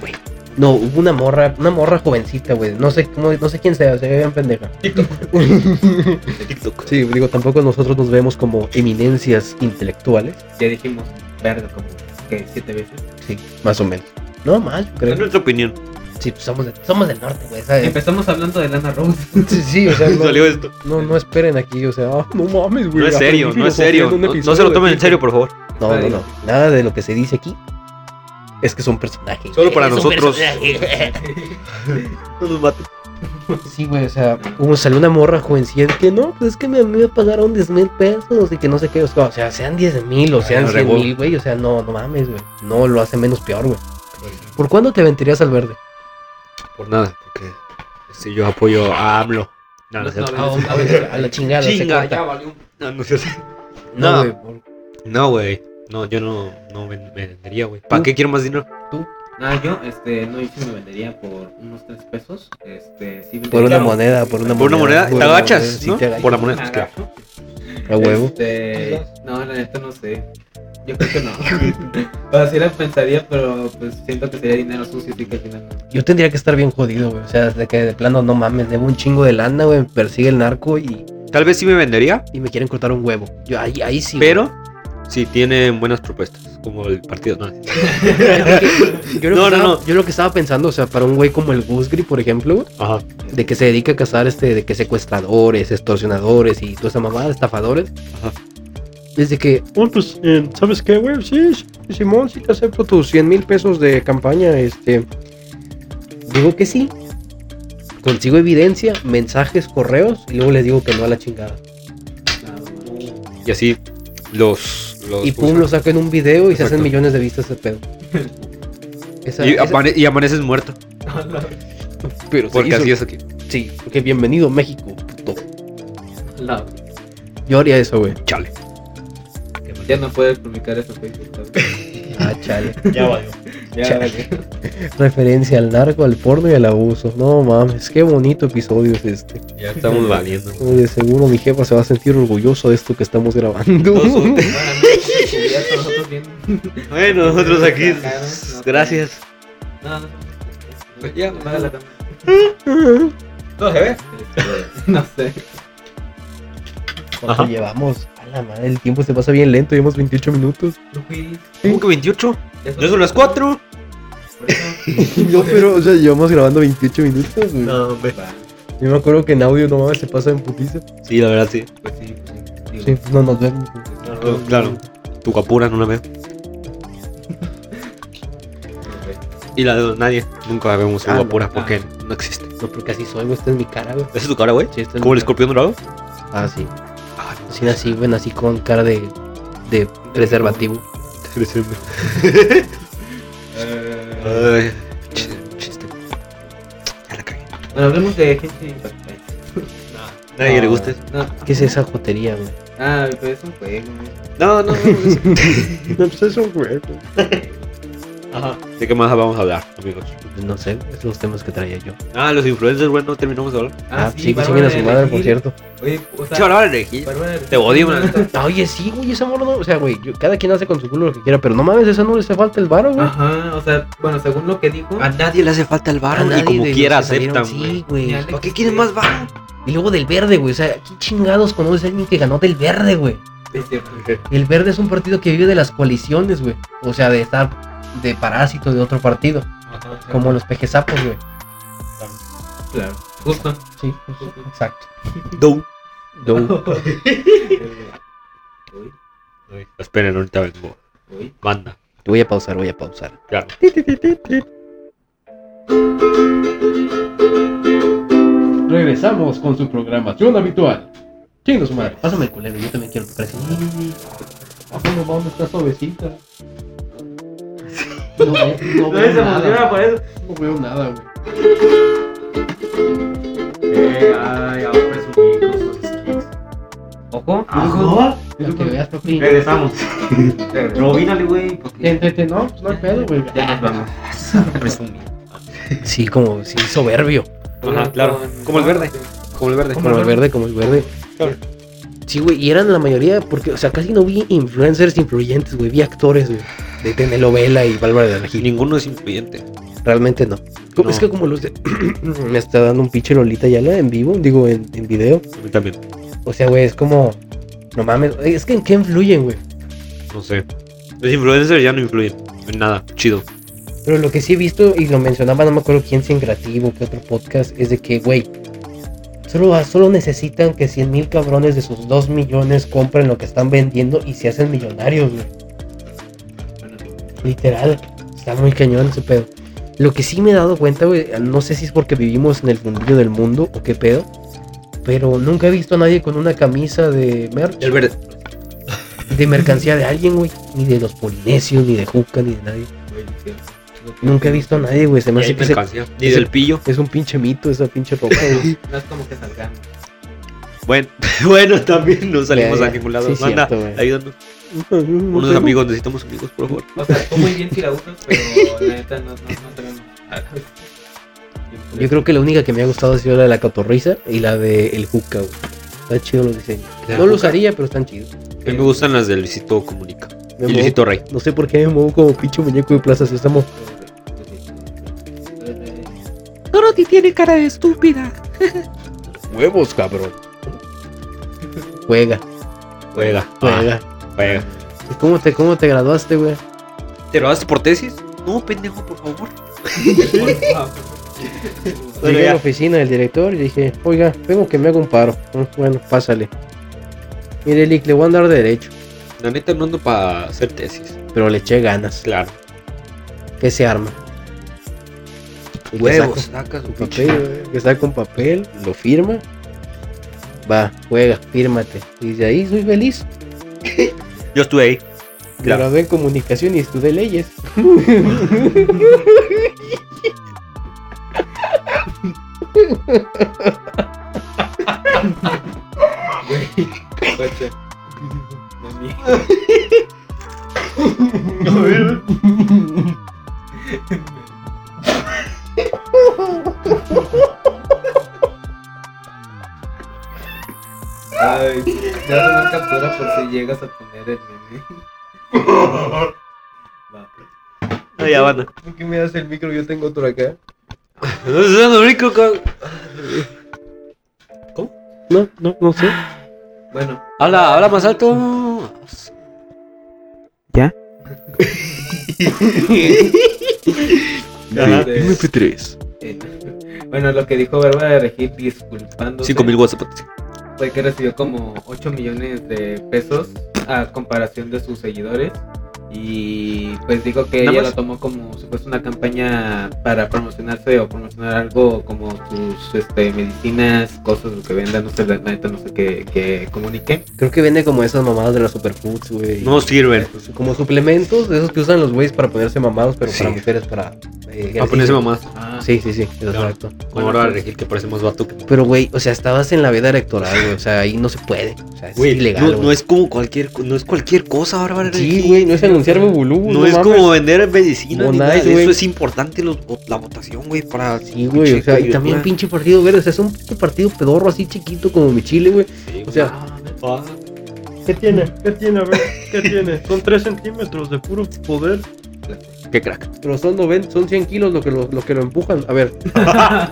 güey. No, hubo una morra, una morra jovencita, güey. No sé cómo, no sé quién sea, se ve bien pendeja. [LAUGHS] De TikTok. sí, digo, tampoco nosotros nos vemos como eminencias intelectuales. Ya dijimos verde como que siete veces. Sí, más o menos. No más, yo Es creo. nuestra opinión. Sí, pues somos, de- somos del norte, güey, ¿sabes? [LAUGHS] Empezamos hablando de Lana Rose. Sí, sí, o sea, no, Salió esto. no, no esperen aquí, o sea, ah, no mames, güey. No es serio, aprendí no es filosofía serio. en un No, no episodio se lo de tomen en Disney. serio, por favor. No, no, no. Nada de lo que se dice aquí es que son personajes. Solo para Es un nosotros. [LAUGHS] personaje. No nos maten. Sí, güey, o sea, como salió una morra jovencilla que no, pues es que me, me pagaron 10 mil pesos y que no sé qué. O sea, o sea, sean 10 mil o Ay, sean la 100 regó. mil, güey. O sea, no, no mames, güey. No lo hace menos peor, güey. ¿Por cuándo te aventarías al verde? Por nada, porque este, yo apoyo a AMLO. No, no es cierto. No, no, a la chingada, se Chinga, corta. ya valió. No, no es cierto. No, no. güey. por- No, güey. No, yo no, no ven- me vendería, güey. ¿Para ¿Tú? qué quiero más dinero? Nada, yo este, no hice, me vendería por unos tres pesos. Este, sí, Por una claro, moneda, por una moneda. Por una moneda, por te una agachas, moneda, sí, ¿no? te agachas. Por la moneda, me pues, claro. agacho. A huevo. Este, no, la neta no sé. Yo creo que no. o sea, sí la pensaría, pero pues siento que sería dinero sucio, así que al final no. Yo tendría que estar bien jodido, güey. O sea, de que de plano no mames, debo un chingo de lana, güey. me Persigue el narco y, Tal vez sí me vendería, y me quieren cortar un huevo. Yo ahí, ahí sí. güey. pero si tienen buenas propuestas, como el partido. No, Yo lo, que [LAUGHS] No, no, estaba, no. yo lo que estaba pensando, o sea, para un güey como el Gusgri, por ejemplo, güey, ajá. de que se dedica a cazar este, de que secuestradores, extorsionadores y toda esa mamada, estafadores. Ajá. Desde que, bueno, pues, eh, ¿sabes qué, güey? Sí, sí, Simón, sí te acepto tus 100 mil pesos de campaña, este. Digo que sí. Consigo evidencia, mensajes, correos, y luego les digo que no a la chingada. Y así los. los Y pum, lo saco en un video y se Exacto. hacen millones de vistas ese [LAUGHS] pedo. Esa- y, esa- apane- y amaneces muerto. pero se Porque hizo. así es aquí. Sí, porque bienvenido México, puto. No, no. Yo haría eso, güey. Chale. Ya no puedes publicar eso en Facebook. ¿sabes? [LAUGHS] Ah, chale. Ya valió. Ya, Chale. [LAUGHS] Referencia al narco, al porno y al abuso. No mames, qué bonito episodio es este. Ya [LAUGHS] estamos valiendo. De seguro mi jefa se va a sentir orgulloso de esto que estamos grabando. Todos [LAUGHS] son- Bueno, no, cubierto, nosotros bien. Bueno, nosotros aquí. Claro, no. Gracias. No, no. Pues ya, Apaga la cámara. No se ve. [LAUGHS] No sé. ¿Cuánto Ajá. llevamos? A la madre, el tiempo se pasa bien lento, llevamos 28 minutos. No fui. ¿Cómo que 28? Ya son las 4. Por eso. [LAUGHS] No, Pues pero, o sea, llevamos grabando 28 minutos, güey. hombre. Va, Yo me acuerdo que en audio no mames se pasa en putiza. Sí, la verdad, sí. Pues sí, pues sí. Sí, Digo, pues no nos vemos. güey. Claro, Oh, claro. Tu capura no la veo. Y la de nadie. Nunca la vemos en Ah, no. guapura porque no existe. No, porque así soy, güey. Esta es mi cara, güey. ¿Esa es tu cara, güey? Sí, esta es ¿Como mi cara. el escorpión dorado? Ah, sí. Ah, no. Sí, así, güey, así con cara de, de preservativo. eh, Ay, chiste, chiste. Ya la cagué. Bueno, hablemos de gente impactante. Nadie Ah. le gusta. eso. No. ¿Qué es esa jotería, güey? Ah, pues es un juego. No, no, no. no. No, pues es un juego. Ajá. [LAUGHS] ¿De qué más vamos a hablar, amigos? No sé, es los temas que traía yo. Ah, los influencers, güey, no terminamos de hablar. Ah, sí, Bárbara chinguen a su de madre, por Regil. cierto. Oye, o sea, Sí, hablaba de energía. Bárbara de Regil Te odio, es [LAUGHS] una man. Ah, Oye, sí, güey, esa morra no. O sea, güey, yo- cada quien hace con su culo lo que quiera, pero no mames, esa no le hace falta el varo, güey. Ajá, o sea, bueno, según lo que dijo, A nadie le hace falta el A varón y nadie como de los quiera que salieron, aceptan, güey. Sí, güey. Ya le- ¿Para qué quieren más varón? Y luego del verde, güey. O sea, ¿qué chingados conoce alguien que ganó del verde, güey? es cierto. El verde es un partido que vive de las coaliciones, güey. O sea, de estar de parásito de otro partido. Como los pejezapos, güey. Claro, [LAUGHS] justo. Sí, exacto. No. Do. Uy, Esperen, ahorita vengo. uy. Banda. Voy a pausar, voy a pausar. Claro. Regresamos con su programación habitual. Chingo su madre. Pásame el culero, yo también quiero tocar ese madre. Ah, bueno, ¿dónde está suavecita? No, ve- no Luis veo se emociona nada. por eso. No veo nada, güey. Eh, ay, ahora presumí con sus skins. Ojo, Ah, ojo. Para que veas, papi. Regresamos. Pero Robínale, güey. porque- Entete, no, pues no hay pedo, güey. ya nos vamos. Presumí. Sí, como, sí, soberbio. Ajá, claro. Como el verde. Como el verde. Como el verde, como el verde. Claro. Sí, güey, y eran la mayoría, porque, o sea, casi no vi influencers influyentes, güey. Vi actores, güey, de telenovela y Bárbara de Regil. Ninguno es influyente. Realmente no. No. Es que como los de. [CLEARS THROAT] Me está dando un pinche Lolita Yala en vivo, digo, en, en video. A mí también. O sea, güey, es como. No mames, es que en qué influyen, güey. No sé. Los influencers ya no influyen en nada. Chido. Pero lo que sí he visto, y lo mencionaba, no me acuerdo quién, si en Creativo, qué otro podcast, es de que, güey, solo, solo necesitan que 100 mil cabrones de sus 2 millones compren lo que están vendiendo y se hacen millonarios, güey. Literal, está muy cañón ese pedo. Lo que sí me he dado cuenta, güey, no sé si es porque vivimos en el fundillo del mundo o qué pedo, pero nunca he visto a nadie con una camisa de merch, El verde. de mercancía de alguien, güey, ni de los polinesios, ni de Juca, ni de nadie. Nunca he visto a nadie, güey, se me Ni hace que se- Ni del pillo. es un pinche mito esa pinche [LAUGHS] ropa, güey. No es como que salgamos. Bueno, [LAUGHS] bueno, también no salimos Ya, a ya. ningún lado. Sí, Manda, cierto, güey. ayúdanos. Unos amigos, necesitamos amigos, por favor. O sea, estuvo muy bien si la usas, pero la neta no, no, no tenemos. Yo creo que la única que me ha gustado ha sido la de la cotorriza y la de el Juca, güey. Están chidos los diseños. La No los Juca. haría, pero están chidos. A mí me gustan las del Luisito Comunica. Me y muevo- Luisito Rey. No sé por qué me muevo como pinche muñeco de plaza si estamos. Dorothy tiene cara de estúpida. Huevos, cabrón. Juega, Juega. Ah, juega. juega. ¿Y ¿Cómo te, cómo te graduaste, güey? ¿Te lo haces por tesis? No, pendejo, por favor. Bueno, Llegué a ya. la oficina del director y dije, oiga, vengo que me haga un paro. "Mm, Bueno, pásale. Mire, Lick, le voy a andar derecho. La neta no ando para hacer tesis. Pero le eché ganas. Claro. Que se arma. Y que Huevos. saca Sacas un papel, güey, que saca un papel, lo firma. Va, juega, fírmate. Y de ahí soy feliz. Yo estuve ahí. Me Claro. gradué en comunicación y estudié leyes. Ay, te voy a tomar captura por si llegas a poner el meme. Va. pues. No, ya van. ¿Por qué me das el micro? Yo tengo otro acá. No estás dando rico, cabrón. No, no, no sé. Bueno, Habla, habla más alto. ¿Ya? Ajá. este, eh, bueno, lo que dijo Bárbara de Regil disculpándose 5000 WhatsApp. fue que recibió como 8 millones de pesos a comparación de sus seguidores. Y pues digo que Nada ella más. lo tomó como si fuese una campaña para promocionarse o promocionar algo como sus este, medicinas, cosas, lo que vendan, no sé, la neta, no sé qué, qué comunique. Creo que vende como esas mamadas de las superfoods, güey. No sirven. Como suplementos, de esos que usan los güeyes para ponerse mamados, pero Sí. para mujeres, para... eh, A ponerse ejercicio. mamás. Ah, Sí, sí, sí, Claro. exacto. Como ahora regir que parece más vato que. Pero, güey, o sea, estabas en la veda electoral, güey. O sea, ahí no se puede. O sea, es Güey, ilegal. no, güey. no es como cualquier, co- no es cualquier cosa, Bárbara Sí, Regil. güey, Uh, no es anunciar bubulú. No, es como vender medicina ni Monais, nada de güey. eso. Es importante los, la votación, güey, para. Sí, güey, o sea, y también pinche pinche. partido verde. O sea, es un pinche partido pedorro así chiquito como mi chile, güey. O sea, Ah, ¿Qué tiene? ¿Qué tiene? A ver, ¿qué tiene? Son 3 centímetros de puro poder. qué crack. pero son 90, son 100 kilos lo que lo, lo que lo empujan. A ver,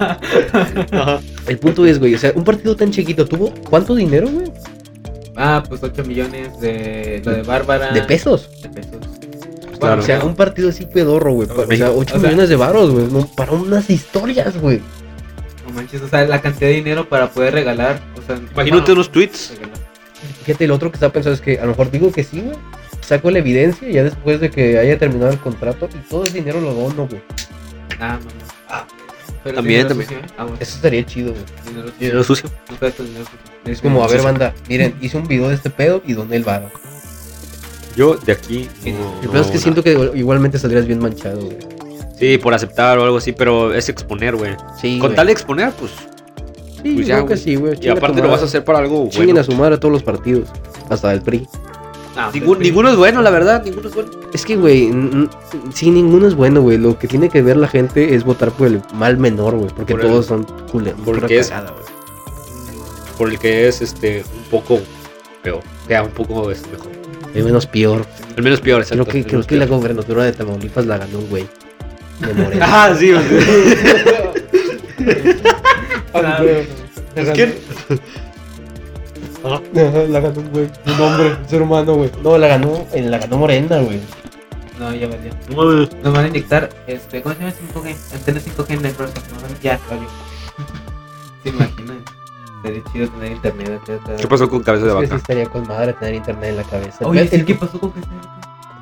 Ajá. el punto es, güey, o sea, un partido tan chiquito tuvo cuánto dinero, güey? Ah, pues 8 millones de lo de Bárbara. De pesos. De pesos. Claro. O sea, un partido así pedorro, güey. No, pa- O sea, México. 8 O sea- millones de varos, güey. no, para unas historias, güey. No manches, o sea, la cantidad de dinero para poder regalar. O sea, Imagínate unos tweets. regalar. Fíjate, el otro que estaba pensando es que a lo mejor digo que sí, güey. Saco la evidencia ya después de que haya terminado el contrato y todo ese dinero lo dono, güey. Ah, mamá. Pero También, dinero también. sucio, ¿eh? Ah, bueno. Eso estaría chido, güey. Dinero sucio. Dinero sucio. Un pedazo de dinero sucio. Es como, a ver, Sí. banda, miren, hice un video de este pedo y doné el varo. Yo de aquí. no- El pedo es no, que siento que igualmente saldrías bien manchado, güey. nada. Sí, por aceptar o algo así, pero es exponer, güey. Sí, Con güey. tal de exponer, pues. Sí, pues yo ya, creo que güey. sí, güey. Y aparte lo vas a hacer para algo, Chinguen bueno. a su madre a todos los partidos, hasta el PRI. Ah, Ningún- perfecto. ninguno es bueno, la verdad. Ninguno es bueno. Es que, güey, n- n- sí, ninguno es bueno, güey. Lo que tiene que ver la gente es votar por el mal menor, güey. Porque Por el- todos son culeros. porque es- Por el que es este un poco peor. O sea, un poco es mejor. El menos peor. El menos peor, exacto. Creo que, el creo menos que la peor. gobernatura de Tamaulipas la ganó, un güey. De Morena. [LAUGHS] [LAUGHS] Ah, sí, o sea, Ah, es que La ganó un güey, un hombre, un ser humano, güey. No, la ganó, eh, la ganó Morena, güey. No, ya valió. Nos van a inyectar, este, ¿cómo se llama 5G? Antena 5G en Microsoft. ¿no? Ya, valió. [LAUGHS] ¿Se imaginan? Sería chido tener internet. antes de- ¿Qué pasó con cabeza de Es que sí vaca? estaría con madre tener internet en la cabeza. Oye, El- sí, el- ¿qué pasó con que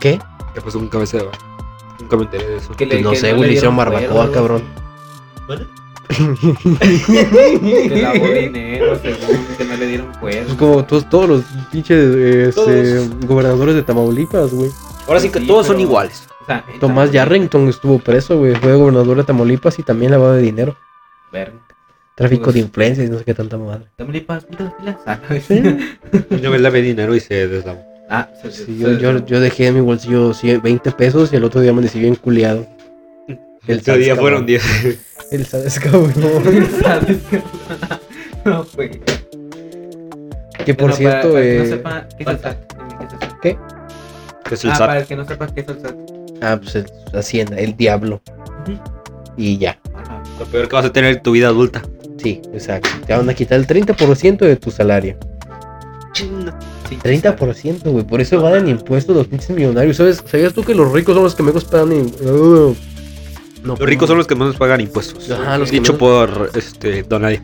¿Qué? ¿Qué pasó con cabeza de vaca? Nunca me enteré de eso. que Pues no que sé, güey, le hicieron dieron barbacoa, fuego, cabrón. [LAUGHS] Que [LAUGHS] lavó dinero, según, que no le dieron Es cuerda. Pues, como todos, todos los pinches eh, este, gobernadores de Tamaulipas, güey. Ahora sí que Sí, todos pero- son iguales. O sea, neta, Tomás Yarrington estuvo preso, güey. Fue gobernador de Tamaulipas y también lavado de dinero. verga. Tráfico Pues- de influencias, no sé qué tanta madre. Tamaulipas, ponte las pilas. Ah, Una vez lavé dinero y se deslavó. Ah, se- pues Sí, se- yo, yo, yo dejé en mi bolsillo 100 20 pesos y el otro día me decidí bien culiado. El otro día Sasca, fueron man. 10. El Sasca, [LAUGHS] güey. [LAUGHS] ¿Sabes qué? [LAUGHS] No, pues. güey. Que por Bueno, cierto, para, para eh, el que no sepa qué es el SAT. Dime, ¿qué es el SAT? Que [LAUGHS] es el ah, SAT. para el que no sepa qué es el SAT. Ah, pues el- Hacienda, el diablo. Y ya. Ajá. Lo peor que vas a tener en tu vida adulta. Sí, exacto. Te van a quitar el 30% de tu salario. Sí, SAT. 30%, güey. Por eso ganan impuestos los pinches millonarios. ¿Sabes? ¿Sabías tú que los ricos son los que menos pagan? im- Ugh. No, Los ricos son los que menos pagan impuestos. Ajá, los que Dicho menos- por este Donald.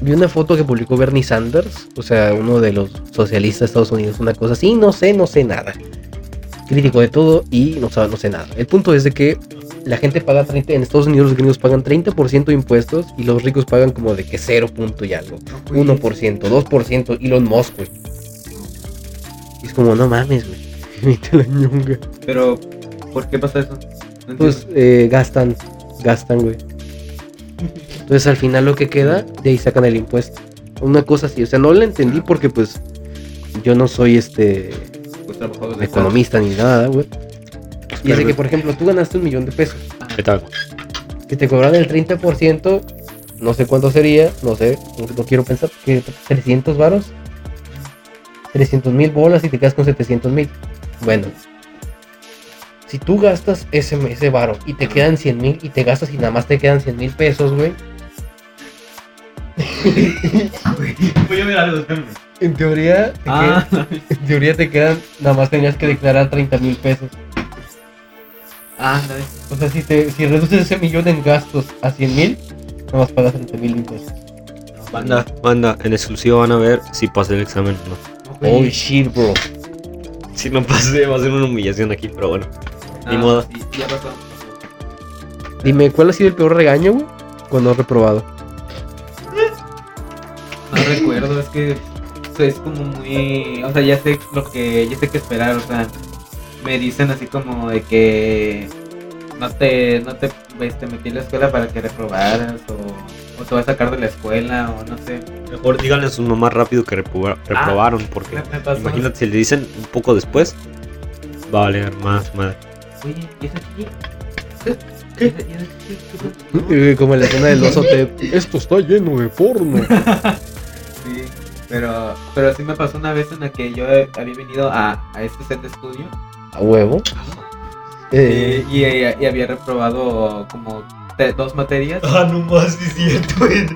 Vi una foto que publicó Bernie Sanders, o sea, uno de los socialistas de Estados Unidos, una cosa así, no sé, no sé nada. Crítico de todo y no, sabe- no sé nada. El punto es de que la gente paga 30, en Estados Unidos los gringos pagan 30% de impuestos y los ricos pagan como de que 0 punto y algo. 1%, 2%, Elon Musk, güey. Y es como, no mames, güey. [LAUGHS] Vete la ñonga. Pero, ¿por qué pasa eso? No Pues eh, gastan, gastan, güey. Entonces al final lo que queda, de ahí sacan el impuesto. Una cosa así, o sea, no la entendí porque pues yo no soy este entiendo, pues, trabajadores del economista ni nada, güey. Y es de Claro. que, por ejemplo, tú ganaste un millón de pesos. ¿Qué tal? Si te cobran el 30%, no sé cuánto sería, no sé, no, no quiero pensar, que 300 varos, 300 mil bolas y te quedas con 700 mil. Bueno, si tú gastas ese, ese varo y te quedan 100 mil y te gastas y nada más te quedan 100 mil pesos, güey. Voy Pues a ver algo, espérame. En teoría, te Ah, que- en teoría te quedan, nada más tenías que declarar 30 mil pesos. [LAUGHS] ah, la vez. O sea, si, te, si reduces ese millón en gastos a 100 mil, nada más pagas 30 mil impuestos. Banda, banda, en exclusiva van a ver si pasé el examen o no. pues, Oh shit, bro. Si no pasé, va a ser una humillación aquí, pero bueno. ni modo. sí, ya pasó. Dime, ¿cuál ha sido el peor regaño, güey? Cuando has reprobado. No recuerdo, es que o sea, es como muy, o sea, ya sé lo que, ya sé qué esperar, o sea, me dicen así como de que no te, no te, este, metí en la escuela para que reprobaras o, o te vas a sacar de la escuela o no sé. Mejor díganle a sus mamás rápido que reproba- reprobaron, porque Me, me pasó. imagínate si le dicen un poco después, va a valer más madre. Oye, ¿y esa chichi? ¿Qué? ¿Qué? ¿Y esa chichi? ¿Qué pasó? Como en la escena del oso te... Esto está lleno de [LAUGHS] porno. Sí, pero, pero sí me pasó una vez en la que yo eh, había venido a, a este set de estudio A huevo. Eh, y, y- y había reprobado como te- dos materias Ah, no más, sí es cierto, güey.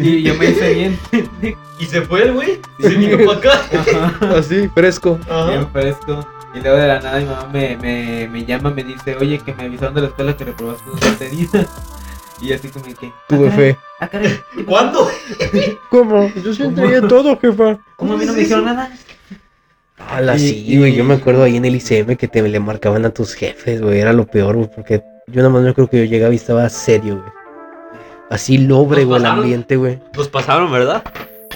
y yo me hice bien. [LAUGHS] Y se fue el güey. Y se vino para acá. Ajá, Así, fresco. [LAUGHS] Ajá. bien fresco. Y luego de la nada mi mamá me, me, me llama, me dice, oye, que me avisaron de la escuela que reprobaste dos materias. [LAUGHS] Y así como que... Tuve "Ah, fe. Ah, caray, ¿qué pasó? ¿Cuándo? ¿Cómo? Yo sí entregué todo, jefa. ¿Cómo a mí no me dijeron nada? a la y- sí, güey. Yo me acuerdo ahí en el ICM que te le marcaban a tus jefes, güey. Era lo peor, güey. Porque yo nada más me creo que yo llegaba y estaba serio, güey. Así lobre, Nos güey, el pasaron. ambiente, güey. Nos Pues pasaron, ¿verdad?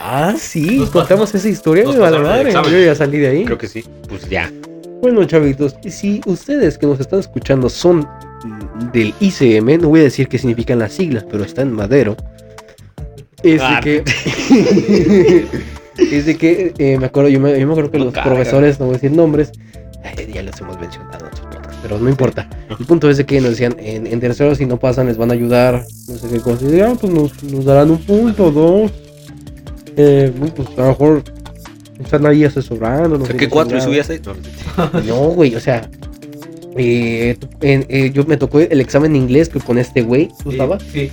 Ah, sí, Nos contamos esa historia, nos güey, a la pasaron el madre. examen. Yo ya salí de ahí. Creo que sí. Pues ya. Bueno, chavitos, y si ustedes que nos están escuchando son mm, del ICM, no voy a decir qué significan las siglas, pero está en madero. Es de Ah. [LAUGHS] que. es de que eh, me acuerdo, yo me, yo me acuerdo que No los cagas. profesores, no voy a decir nombres, ay, ya los hemos mencionado en su podcast, pero no importa. El punto es de que nos decían, en, en tercero si no pasan les van a ayudar, no sé qué cosa, y de, ah, pues nos, nos darán un punto, dos. Eh, pues a lo mejor están ahí asesorando. No sé Saqué qué cuatro y chingada. subí a seis. No, Pues No, güey, o sea. eh, tú- en- eh, yo me tocó el examen de inglés que con este güey, tú estabas, Sí.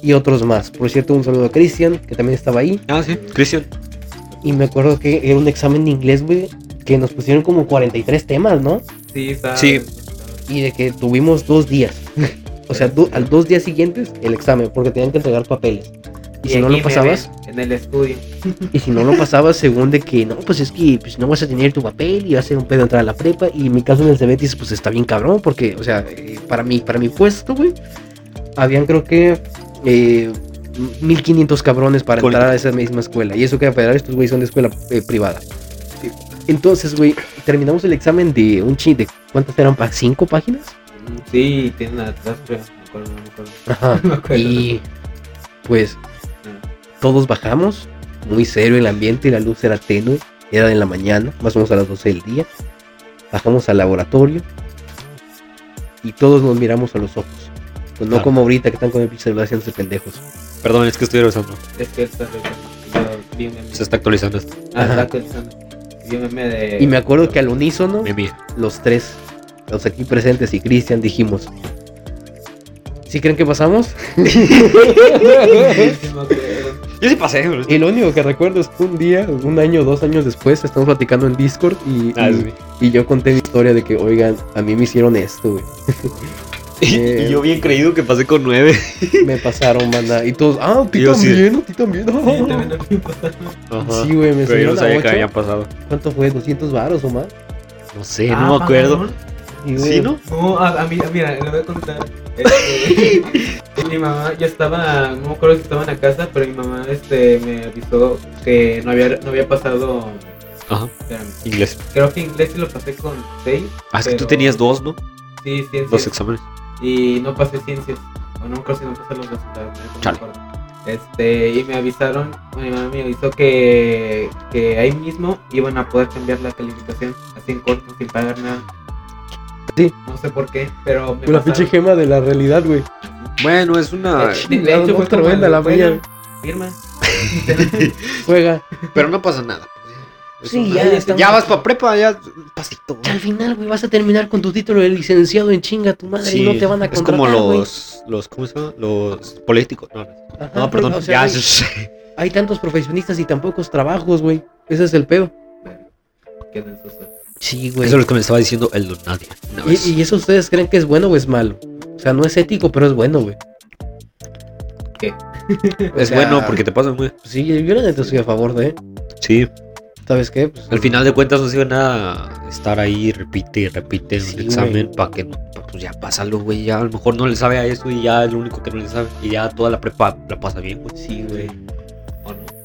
y otros más. Por cierto, un saludo a Cristian, que también estaba ahí. Ah, sí. Cristian. Y me acuerdo que era un examen de inglés, güey, que nos pusieron como 43 temas, ¿no? Sí, está. Sí. Y de que tuvimos dos días. [LAUGHS] o sea, do- al dos días siguientes el examen, porque tenían que entregar papeles. Y, si no aquí lo me pasabas, ven En el estudio. y si no lo pasabas, según de que no, pues es que pues, no vas a tener tu papel y vas a ser un pedo entrar a la prepa. Y en mi caso en el Cebetis, pues está bien cabrón, porque, o sea, eh, para mí, para mi puesto, güey, habían creo que eh, 1500 cabrones para Con- entrar a esa misma escuela. Y eso que para estos güey son de escuela eh, privada. Entonces, güey, terminamos el examen de un chi de cuántas eran, pa- cinco páginas. Mm, Sí, tiene la atrás, creo. Me acuerdo, no me acuerdo. [LAUGHS] Ajá. Me acuerdo. Y pues todos bajamos, muy serio el ambiente, la luz era tenue, era en la mañana, más o menos a las 12 del día. Bajamos al laboratorio y todos nos miramos a los ojos. Pues no Claro. como ahorita que están con el pinche celular haciéndose pendejos. Perdón, es que estoy revisando. Es que está de- yo vi un meme. Se está actualizando esto. Ah, Ajá. está actualizando. Vi un meme de. [LAUGHS] Y me acuerdo que al unísono, Mi mía. los tres, los aquí presentes y Cristian, dijimos: ¿Sí creen que [LAUGHS] pasamos? Sí, me acuerdo. Yo sí pasé, güey. Y lo único que recuerdo es que un día, un año, dos años después, estamos platicando en Discord y, Ah, y- sí. y yo conté mi historia de que, oigan, a mí me hicieron esto, [LAUGHS] güey. Y, y yo bien creído que pasé con nueve. Me pasaron, banda. Y todos, ah, a ti Yo sí. también, a ti también. Sí, también lo vi pasar. Ajá. Sí, güey, me Pero yo subieron no a sabía que ocho. habían pasado. ¿Cuánto fue? ¿200 varos o más? No Eh, sé, Ah, no me acuerdo. pagaron. Y, güey, ¿Sí, no? No, a, a mí, mira, le voy a contar. Este, [LAUGHS] mi mamá, yo estaba, no me acuerdo si estaba en la casa, pero mi mamá este, me avisó que no había, no había pasado. Ajá. espérame, Inglés. creo que inglés sí lo pasé con 6. Ah, es que tú Pero- tenías dos, ¿no? Sí, ciencias. Dos exámenes. y no pasé ciencias. O no creo si no pasé los resultados. No Chale. me acuerdo. Este, y me avisaron, mi mamá me avisó que, que ahí mismo iban a poder cambiar la calificación, así en corto, sin pagar nada. Sí. No sé por qué, pero me Pues La pasaron. pinche gema de la realidad, güey. Bueno, es una. De- de hecho, fue como de, "Bueno, Firma. Juega. Pero no pasa nada. Es Sí, una- ya estamos- Ya vas para prepa, ya. Pasito. Al final, güey, vas a terminar con tu título de licenciado en chinga tu madre y no te van a es contratar, como güey. los, los. ¿Cómo se llama? Los políticos. No, no, Ajá, no, güey, perdón. pues, o sea, ya. güey, hay tantos profesionistas y tan pocos trabajos, güey. Ese es el pedo. Qué denso. Sí, güey. Eso es lo que me estaba diciendo el don Nadie. Una ¿Y, vez. y eso ustedes creen que es bueno o es malo? O sea, no es ético, pero es bueno, güey. ¿Qué? O es sea, bueno porque te pasa muy. pues Sí, yo yo la neta estoy a favor de. Sí. ¿Sabes qué? Pues, Al final de cuentas no sirve nada estar ahí, repite y repite Sí, un güey. examen para que no- pa- pues ya pásalo, güey. Ya a lo mejor no le sabe a eso y ya es lo único que no le sabe. Y ya toda la prepa la pasa bien, güey. Sí, güey. ¿O no? Pues,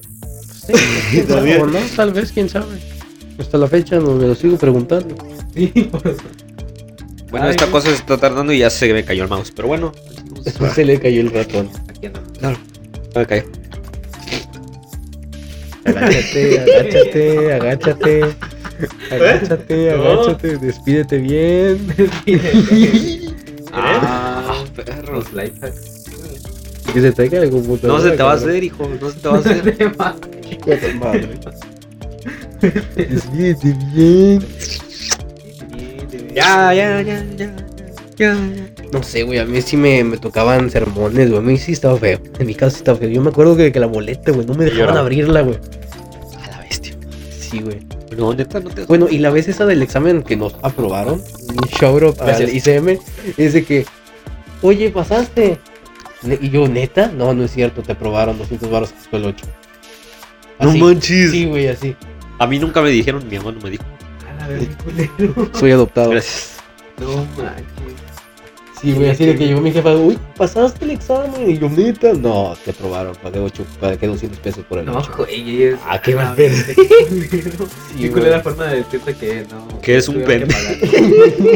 sí, quién sabe, También. [LAUGHS] o no, tal vez, quién sabe. Hasta la fecha no me lo sigo preguntando. Sí, por eso. Bueno, Ay, esta güey. cosa se está tardando y ya se me cayó el mouse. Pero bueno, Después se le cayó el ratón. Aquí andamos. me cayó. [LAUGHS] Agáchate, agáchate, agáchate. ¿Eh? Agáchate, agáchate, despídete bien. Ah, perro. los life hacks. Que se te caiga la computadora. No se te va a cabrón. hacer, hijo. No se te va a [LAUGHS] hacer. Ya tu madre. Despídete bien. ya, ya, ya, ya. Ya, ya. No sé, güey, a mí sí me, me tocaban sermones, güey. A mí sí estaba feo. En mi caso sí estaba feo. Yo me acuerdo que, que la boleta, güey, no me dejaban lloraba. abrirla, güey. A la bestia. Sí, güey. No, neta, no te Bueno, y la vez esa del examen que nos aprobaron, un shout out al Gracias. ICM, es de que, oye, pasaste. Ne- Y yo, neta, no, no es cierto, te aprobaron 200 baros, que fue el 8. Así. manches. Sí, güey, así. A mí nunca me dijeron, mi mamá no me dijo. A la vez, Ah, culero. Soy adoptado. Ah, Gracias. No manches. Sí, güey, así de que llegó mi jefa, uy, pasaste el examen. Y yo, neta, no, te probaron, pagué, ocho, pagué 200 pesos por el No, ocho. güey, es. Ah, qué mal ver. pedo. [LAUGHS] Sí, ¿Y cuál es la forma de decirte que no? Que es un tuvieron que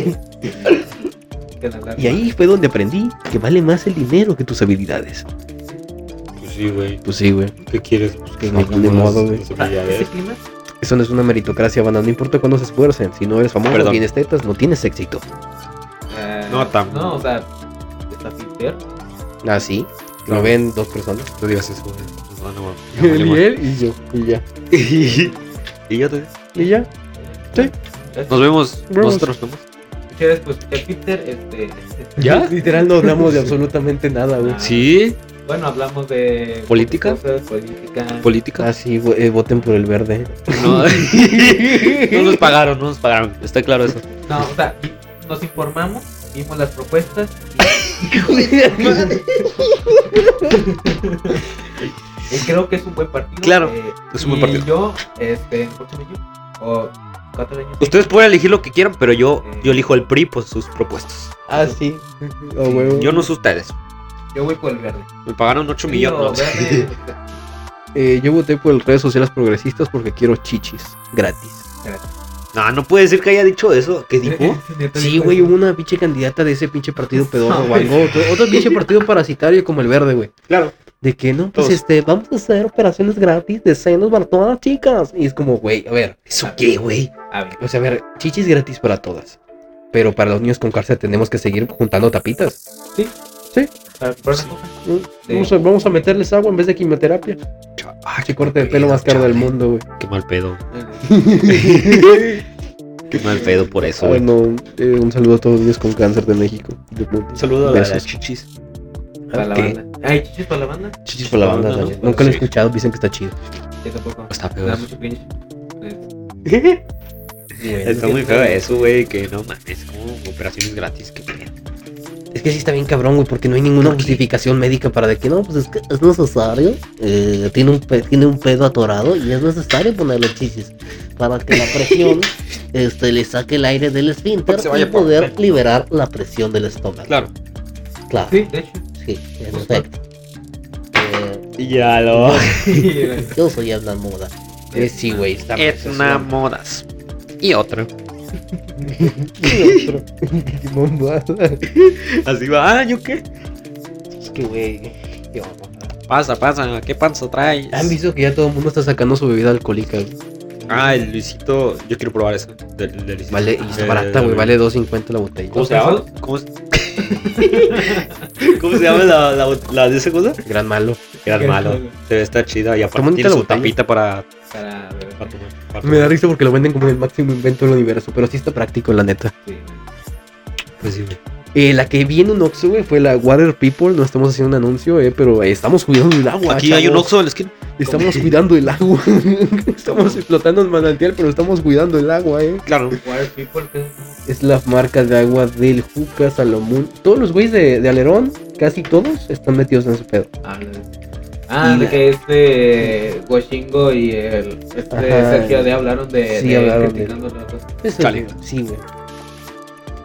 [LAUGHS] pagar? Que la larga. Y ahí fue donde aprendí que vale más el dinero que tus habilidades. Pues sí, güey. Pues sí, güey. ¿Qué quieres? Pues que No, no pues, ni acumulas modo, güey. las Ah, ¿Ese habilidades. clima? Eso no es una meritocracia, banda. No importa cuándo se esfuercen. Si no eres famoso, Perdón. tienes tetas, no tienes éxito. Eh, No, tam- No, o sea, está Peter. Ah, sí. Lo No. ven dos personas. No digas eso, güey. Nos van a- nos Él y van a- él y yo. Y ya. Y ya te. Y ya. Nos vemos. Vemos. Nosotros nomás. Muchas pues el Peter, este. ¿Ya? Literal no hablamos de absolutamente nada, güey. Ah. Sí. Bueno, hablamos de. ¿Política? cosas, política. Política. Ah, sí, vo- eh, voten por el verde. No, [LAUGHS] no nos pagaron, no nos pagaron. Está claro eso. no, o sea, vi- nos informamos, vimos las propuestas. y Eh, creo que es un buen partido. Claro, eh, es un buen y partido. yo, este, ¿cuántos años? O cuatro años. Ustedes pueden elegir lo que quieran, pero yo, Mm. yo elijo el PRI por sus propuestas. Ah, sí. Ah, huevo. Yo no sé ustedes. Yo voy por el verde. Me pagaron 8 Yo, millones. verde, Eh, yo voté por redes sociales progresistas porque quiero chichis gratis. No, no puede ser que haya dicho eso. ¿Qué [LAUGHS] [LAUGHS] dijo? Neta, Sí, dijo güey, eso. hubo una pinche candidata de ese pinche [LAUGHS] partido pedorro o algo. Otro, otro pinche partido parasitario como el verde, güey. Claro. De que no, pues Todos. este, vamos a hacer operaciones gratis de senos para todas las chicas. Y es como, güey, a ver, ¿eso qué, güey? A ver, O sea, a ver, chichis gratis para todas. Pero para los niños con cárcel tenemos que seguir juntando tapitas. para- para una cosa. Sí. Vamos, a, vamos a meterles agua en vez de quimioterapia. Ay, Che corte de pelo más caro del mundo, güey. Qué mal pedo. eh, Qué mal pedo por eso. güey. Bueno, eh, un saludo a todos los niños con cáncer de [LAUGHS] México. De Un saludo a las Besos. chichis. Para la ¿Qué? banda. Ay, chichis para la banda. Chichis por la banda, Banda, también. ¿no? Nunca lo he Sí. escuchado, dicen que está chido. Yo tampoco. Está Me feo da eso. mucho cringe. Eh, Está muy feo eso, güey. Que no mames. Como operaciones gratis. Qué pedo. Es que sí está bien cabrón, güey, porque no hay ninguna justificación médica para de que no, pues es que es necesario. eh, tiene, un pe- tiene un pedo atorado y es necesario ponerle chichis para que la [LAUGHS] presión este, le saque el aire del esfínter se vaya y por- poder liberar la presión del estómago. Claro. Claro, Sí, de hecho. sí, en efecto. Eh, Ya lo. yo soy Edna Moda. Eh, sí, güey, está Etna Modas. Y otro. Así va. Ah, ¿yo qué? Es que, güey, qué onda. Pasa, pasa. ¿Qué panza traes? Han visto que ya todo el mundo está sacando su bebida alcohólica, güey? Ah, el Luisito. Yo quiero probar eso. Del, del Luisito. Vale, y está Eh, barata, güey, vale 2.50 la botella. ¿Cómo se llama? ¿Cómo [LAUGHS] se, ¿Cómo se llama la, la, la de esa cosa? Gran malo. Era el malo. Se ve está ¿eh? chida y Está aparte bonita tiene la su botella. tapita para, Para ver. para tomar. para Me da tomar. risa porque lo venden como el máximo invento del universo, pero sí está práctico, la neta. sí. Pues sí, güey. Eh, la que vi en un Oxxo, güey, fue la Water People. No estamos haciendo un anuncio, eh, pero eh, estamos cuidando el agua. Ah, Aquí hay un chavos. Oxxo en la esquina. Estamos cuidando el agua. [LAUGHS] estamos explotando el manantial, pero estamos cuidando el agua, eh. Claro. Water People, que es- Es la marca de agua del Juca Salomón. Todos los güeyes de, de Alerón, casi todos, están metidos en ese pedo. Ah, no. Ah, Y de la- que este Washingo y el este Ajá. Sergio de hablaron de, Sí, de hablaron criticando las cosas. Eso, Chale. güey, Sí, güey.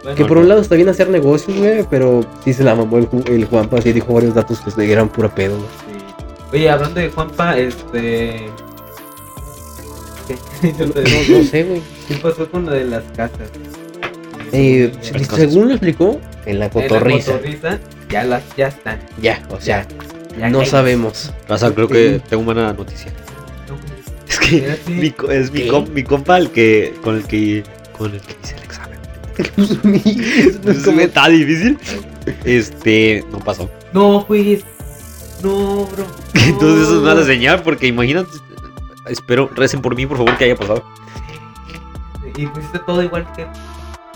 Bueno, Que por un lado está bien hacer negocios, güey, pero sí se la mamó el, Ju- el Juanpa, así dijo varios datos que eran pura pedo, güey. sí. Oye, hablando de Juanpa, este [LAUGHS] ¿Qué? Yo te digo, No, no sé, güey. ¿Qué pasó con lo de las casas? Eh, Sí, se- sí, según lo explicó, en la sí. En la cotorriza. cotorriza, ya las ya están. Ya, o sea, Ya no caí. sabemos. Raza, creo que tengo una buena noticia. No, güey. Es que Era así. mi co- es mi, ¿Qué? com- mi compa el que, con, el que, con el que hice [LAUGHS] el examen. Pues, No es Es como- Está difícil. Este, no pasó. No juegues. No, [LAUGHS] bro. [LAUGHS] Entonces eso es no mala señal porque imagínate. Espero, recen por mí, por favor, que haya pasado. Y pusiste todo igual que.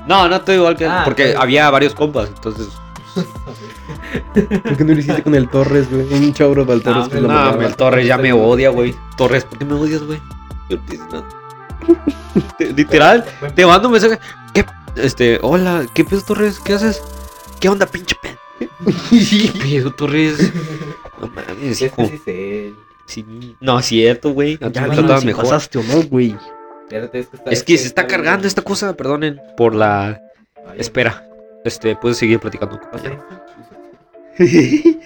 No, no estoy igual que. Ah, porque ok. había varios compas, entonces. ¿Por qué no lo hiciste con el Torres, güey? Un chabro para el Torres No, que No, lo no, mandaba. [LAUGHS] me- el Torres ya me odia, güey. Torres, ¿por qué me odias, güey? Yo no te hice nada. [LAUGHS] Te- Literal, te mando un mensaje. ¿Qué? Este, hola, ¿qué pedo, Torres? ¿Qué haces? ¿Qué onda, pinche pe? ¿Qué pedo, Torres? No mames, Este hijo. sí es él. Sí, no, es cierto, güey. Antes Ya me no trataba si mejor. pasaste o no, güey. Espérate, es que está. este Es que se está cargando esta cosa, perdonen por la Ay, espera. este, puedes seguir platicando. ¿Vas a compañero. Insta?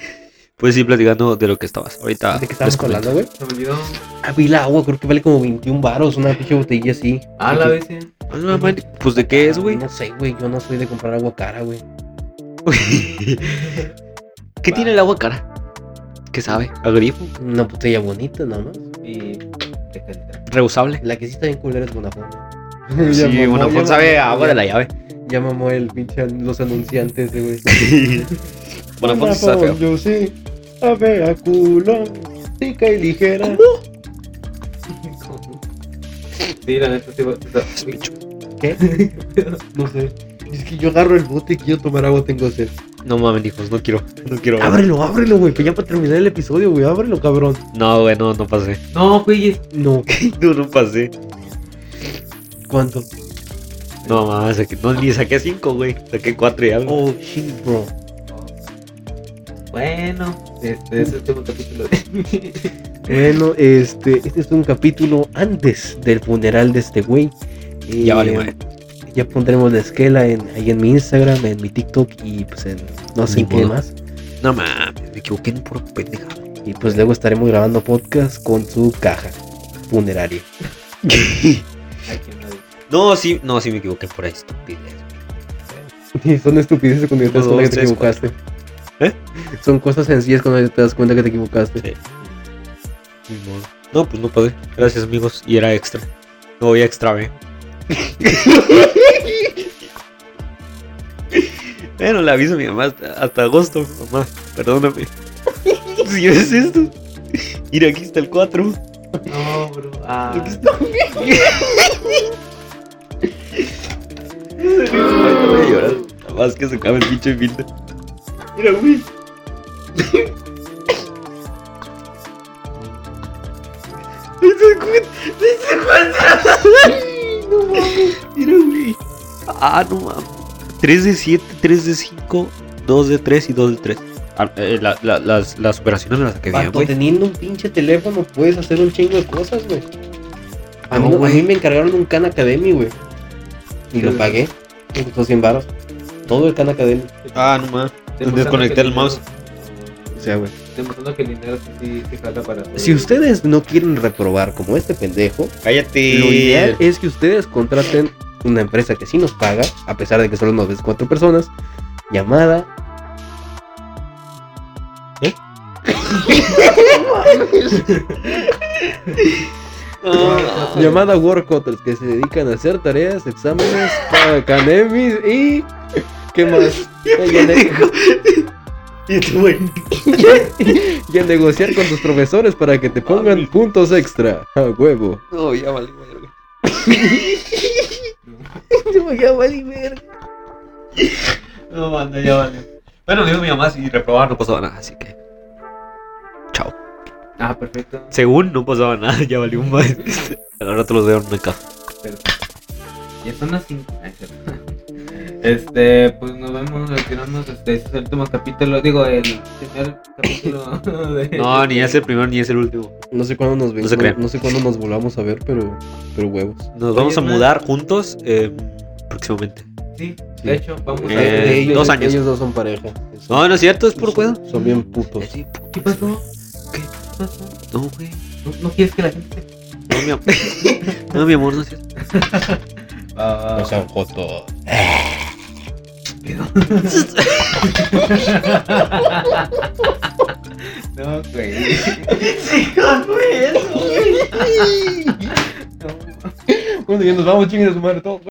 puedes seguir platicando de lo que estabas. Ahorita ¿De qué les estamos comento. hablando, güey? Se me olvidó. Ah, vi la agua, creo que vale como 21 varos, una pinche botella así. Ah, la vez. eh. Ah, no, man, Pues de qué es, güey. Ah, No sé, güey, yo no soy de comprar agua cara, güey. ¿Qué tiene el agua cara? ¿Qué sabe? ¿A grifo? Una botella bonita, nada más. Y de calidad. ¿Reusable? La que sí está bien culera es Bonafont. [LAUGHS] Ya Sí, mamó, bueno, ya pues sabe mamó, a agua ya- de la llave. Ya mamó el pinche an- los anunciantes, eh, [LAUGHS] güey. Bueno, pues está feo. Yo sí. A ver, a culo. Tica y ligera. Sí, la neta sí. va- está- No sé. Es que yo agarro el bote y quiero tomar agua, tengo sed. No mames, hijos, no quiero. No quiero. Ábrelo, ábrelo, güey. Pues ya para terminar el episodio, güey. Ábrelo, cabrón. No, güey, no, no pasé. [LAUGHS] No, güey. es- No. No, no pasé. ¿Cuánto? No mames, saqué- no, ni saqué cinco, güey. Saqué cuatro y algo. Oh, shit, bro. Bueno, este es el último capítulo. de- Bueno, este, este es un capítulo antes del funeral de este güey. Ya vale, Eh, madre. Ya pondremos la esquela en, ahí en mi Instagram, en mi TikTok y pues en no sé Ni en qué modo. más. No mames, me equivoqué en puro pendeja. Y pues luego estaremos grabando podcast con su caja funeraria. Ay, qué madre. No, sí, no, sí me equivoqué por ahí, estupidez. [LAUGHS] Y son estupideces cuando ya te das Uno, cuenta que dos, te tres, equivocaste. ¿Eh? Son cosas sencillas cuando ya te das cuenta que te equivocaste. Sí. Ni modo. No, pues no pude. Gracias, amigos. Y era extra. No voy a extra, ¿eh? [LAUGHS] bueno, le aviso a mi mamá hasta, hasta agosto. Mamá, perdóname. [LAUGHS] si ves esto. Mira, aquí está el 4. No, bro. Ah, Aquí está. Voy a llorar. Nada Más que se acabe el pinche filtro. Mira, güey. ¡No se encuentra! ¡No se encuentra! ¡No mames! Mira, güey. Ah, no mames. 3 de 7, 3 de 5, 2 de 3 y 2 de 3. Ah, eh, la- la- las, las operaciones me las saqué bien, Pato, güey. teniendo un pinche teléfono puedes hacer un chingo de cosas, güey. A, No, mí, a güey. mí me encargaron un Khan Academy, güey. Y lo Sí. pagué. Me costó 100 baros. Todo el Khan Academy. Ah, no mames. demostrando desconecté que el mouse. dinero- O sea, güey. Demostrando que el dinero sí- sí se jala para. todo. Si ustedes no quieren reprobar como este pendejo, Cállate. lo ideal es que ustedes contraten una empresa que sí nos paga, a pesar de que solo nos ves cuatro personas, llamada. ¿Eh? Llamada Workotters, que se dedican a hacer tareas, exámenes, ca- canemis y. ¿Qué más? Y a, ne- [LAUGHS] Y [LAUGHS] tú, güey. y a negociar con tus profesores para que te Ah, pongan puntos extra. A huevo. No, ya vale, verga. No, manda, ya vale. Bueno, digo mi mamá, si reprobar no pasaba nada, así que. Chao. Ah, perfecto. Según no pasaba nada, ya valió un más. [LAUGHS] Ahora te los veo en una caja. Ya son las 5. Este, pues nos vemos, nos quedamos. Este este es el último capítulo, digo, el primer [LAUGHS] capítulo de. No, ni es el primero ni es el último. No sé cuándo nos ven- No se no- crean. no sé cuándo nos volvamos a ver, pero, pero huevos. Nos vamos a Oye, mudar juntos eh, próximamente. Sí, Sí. de hecho, vamos a Eh, ver. ellos, dos años. Ellos dos son pareja. No, no es cierto, es puro pedo. Son bien putos. ¿Qué pasó? ¿Qué pasó? No, güey. ¿No, no quieres que la gente se.? No, [LAUGHS] mi amor. No, mi amor, no es cierto. Ah, No sean jotos. no, güey. Bueno, ya nos vamos, chinguen a su madre todos.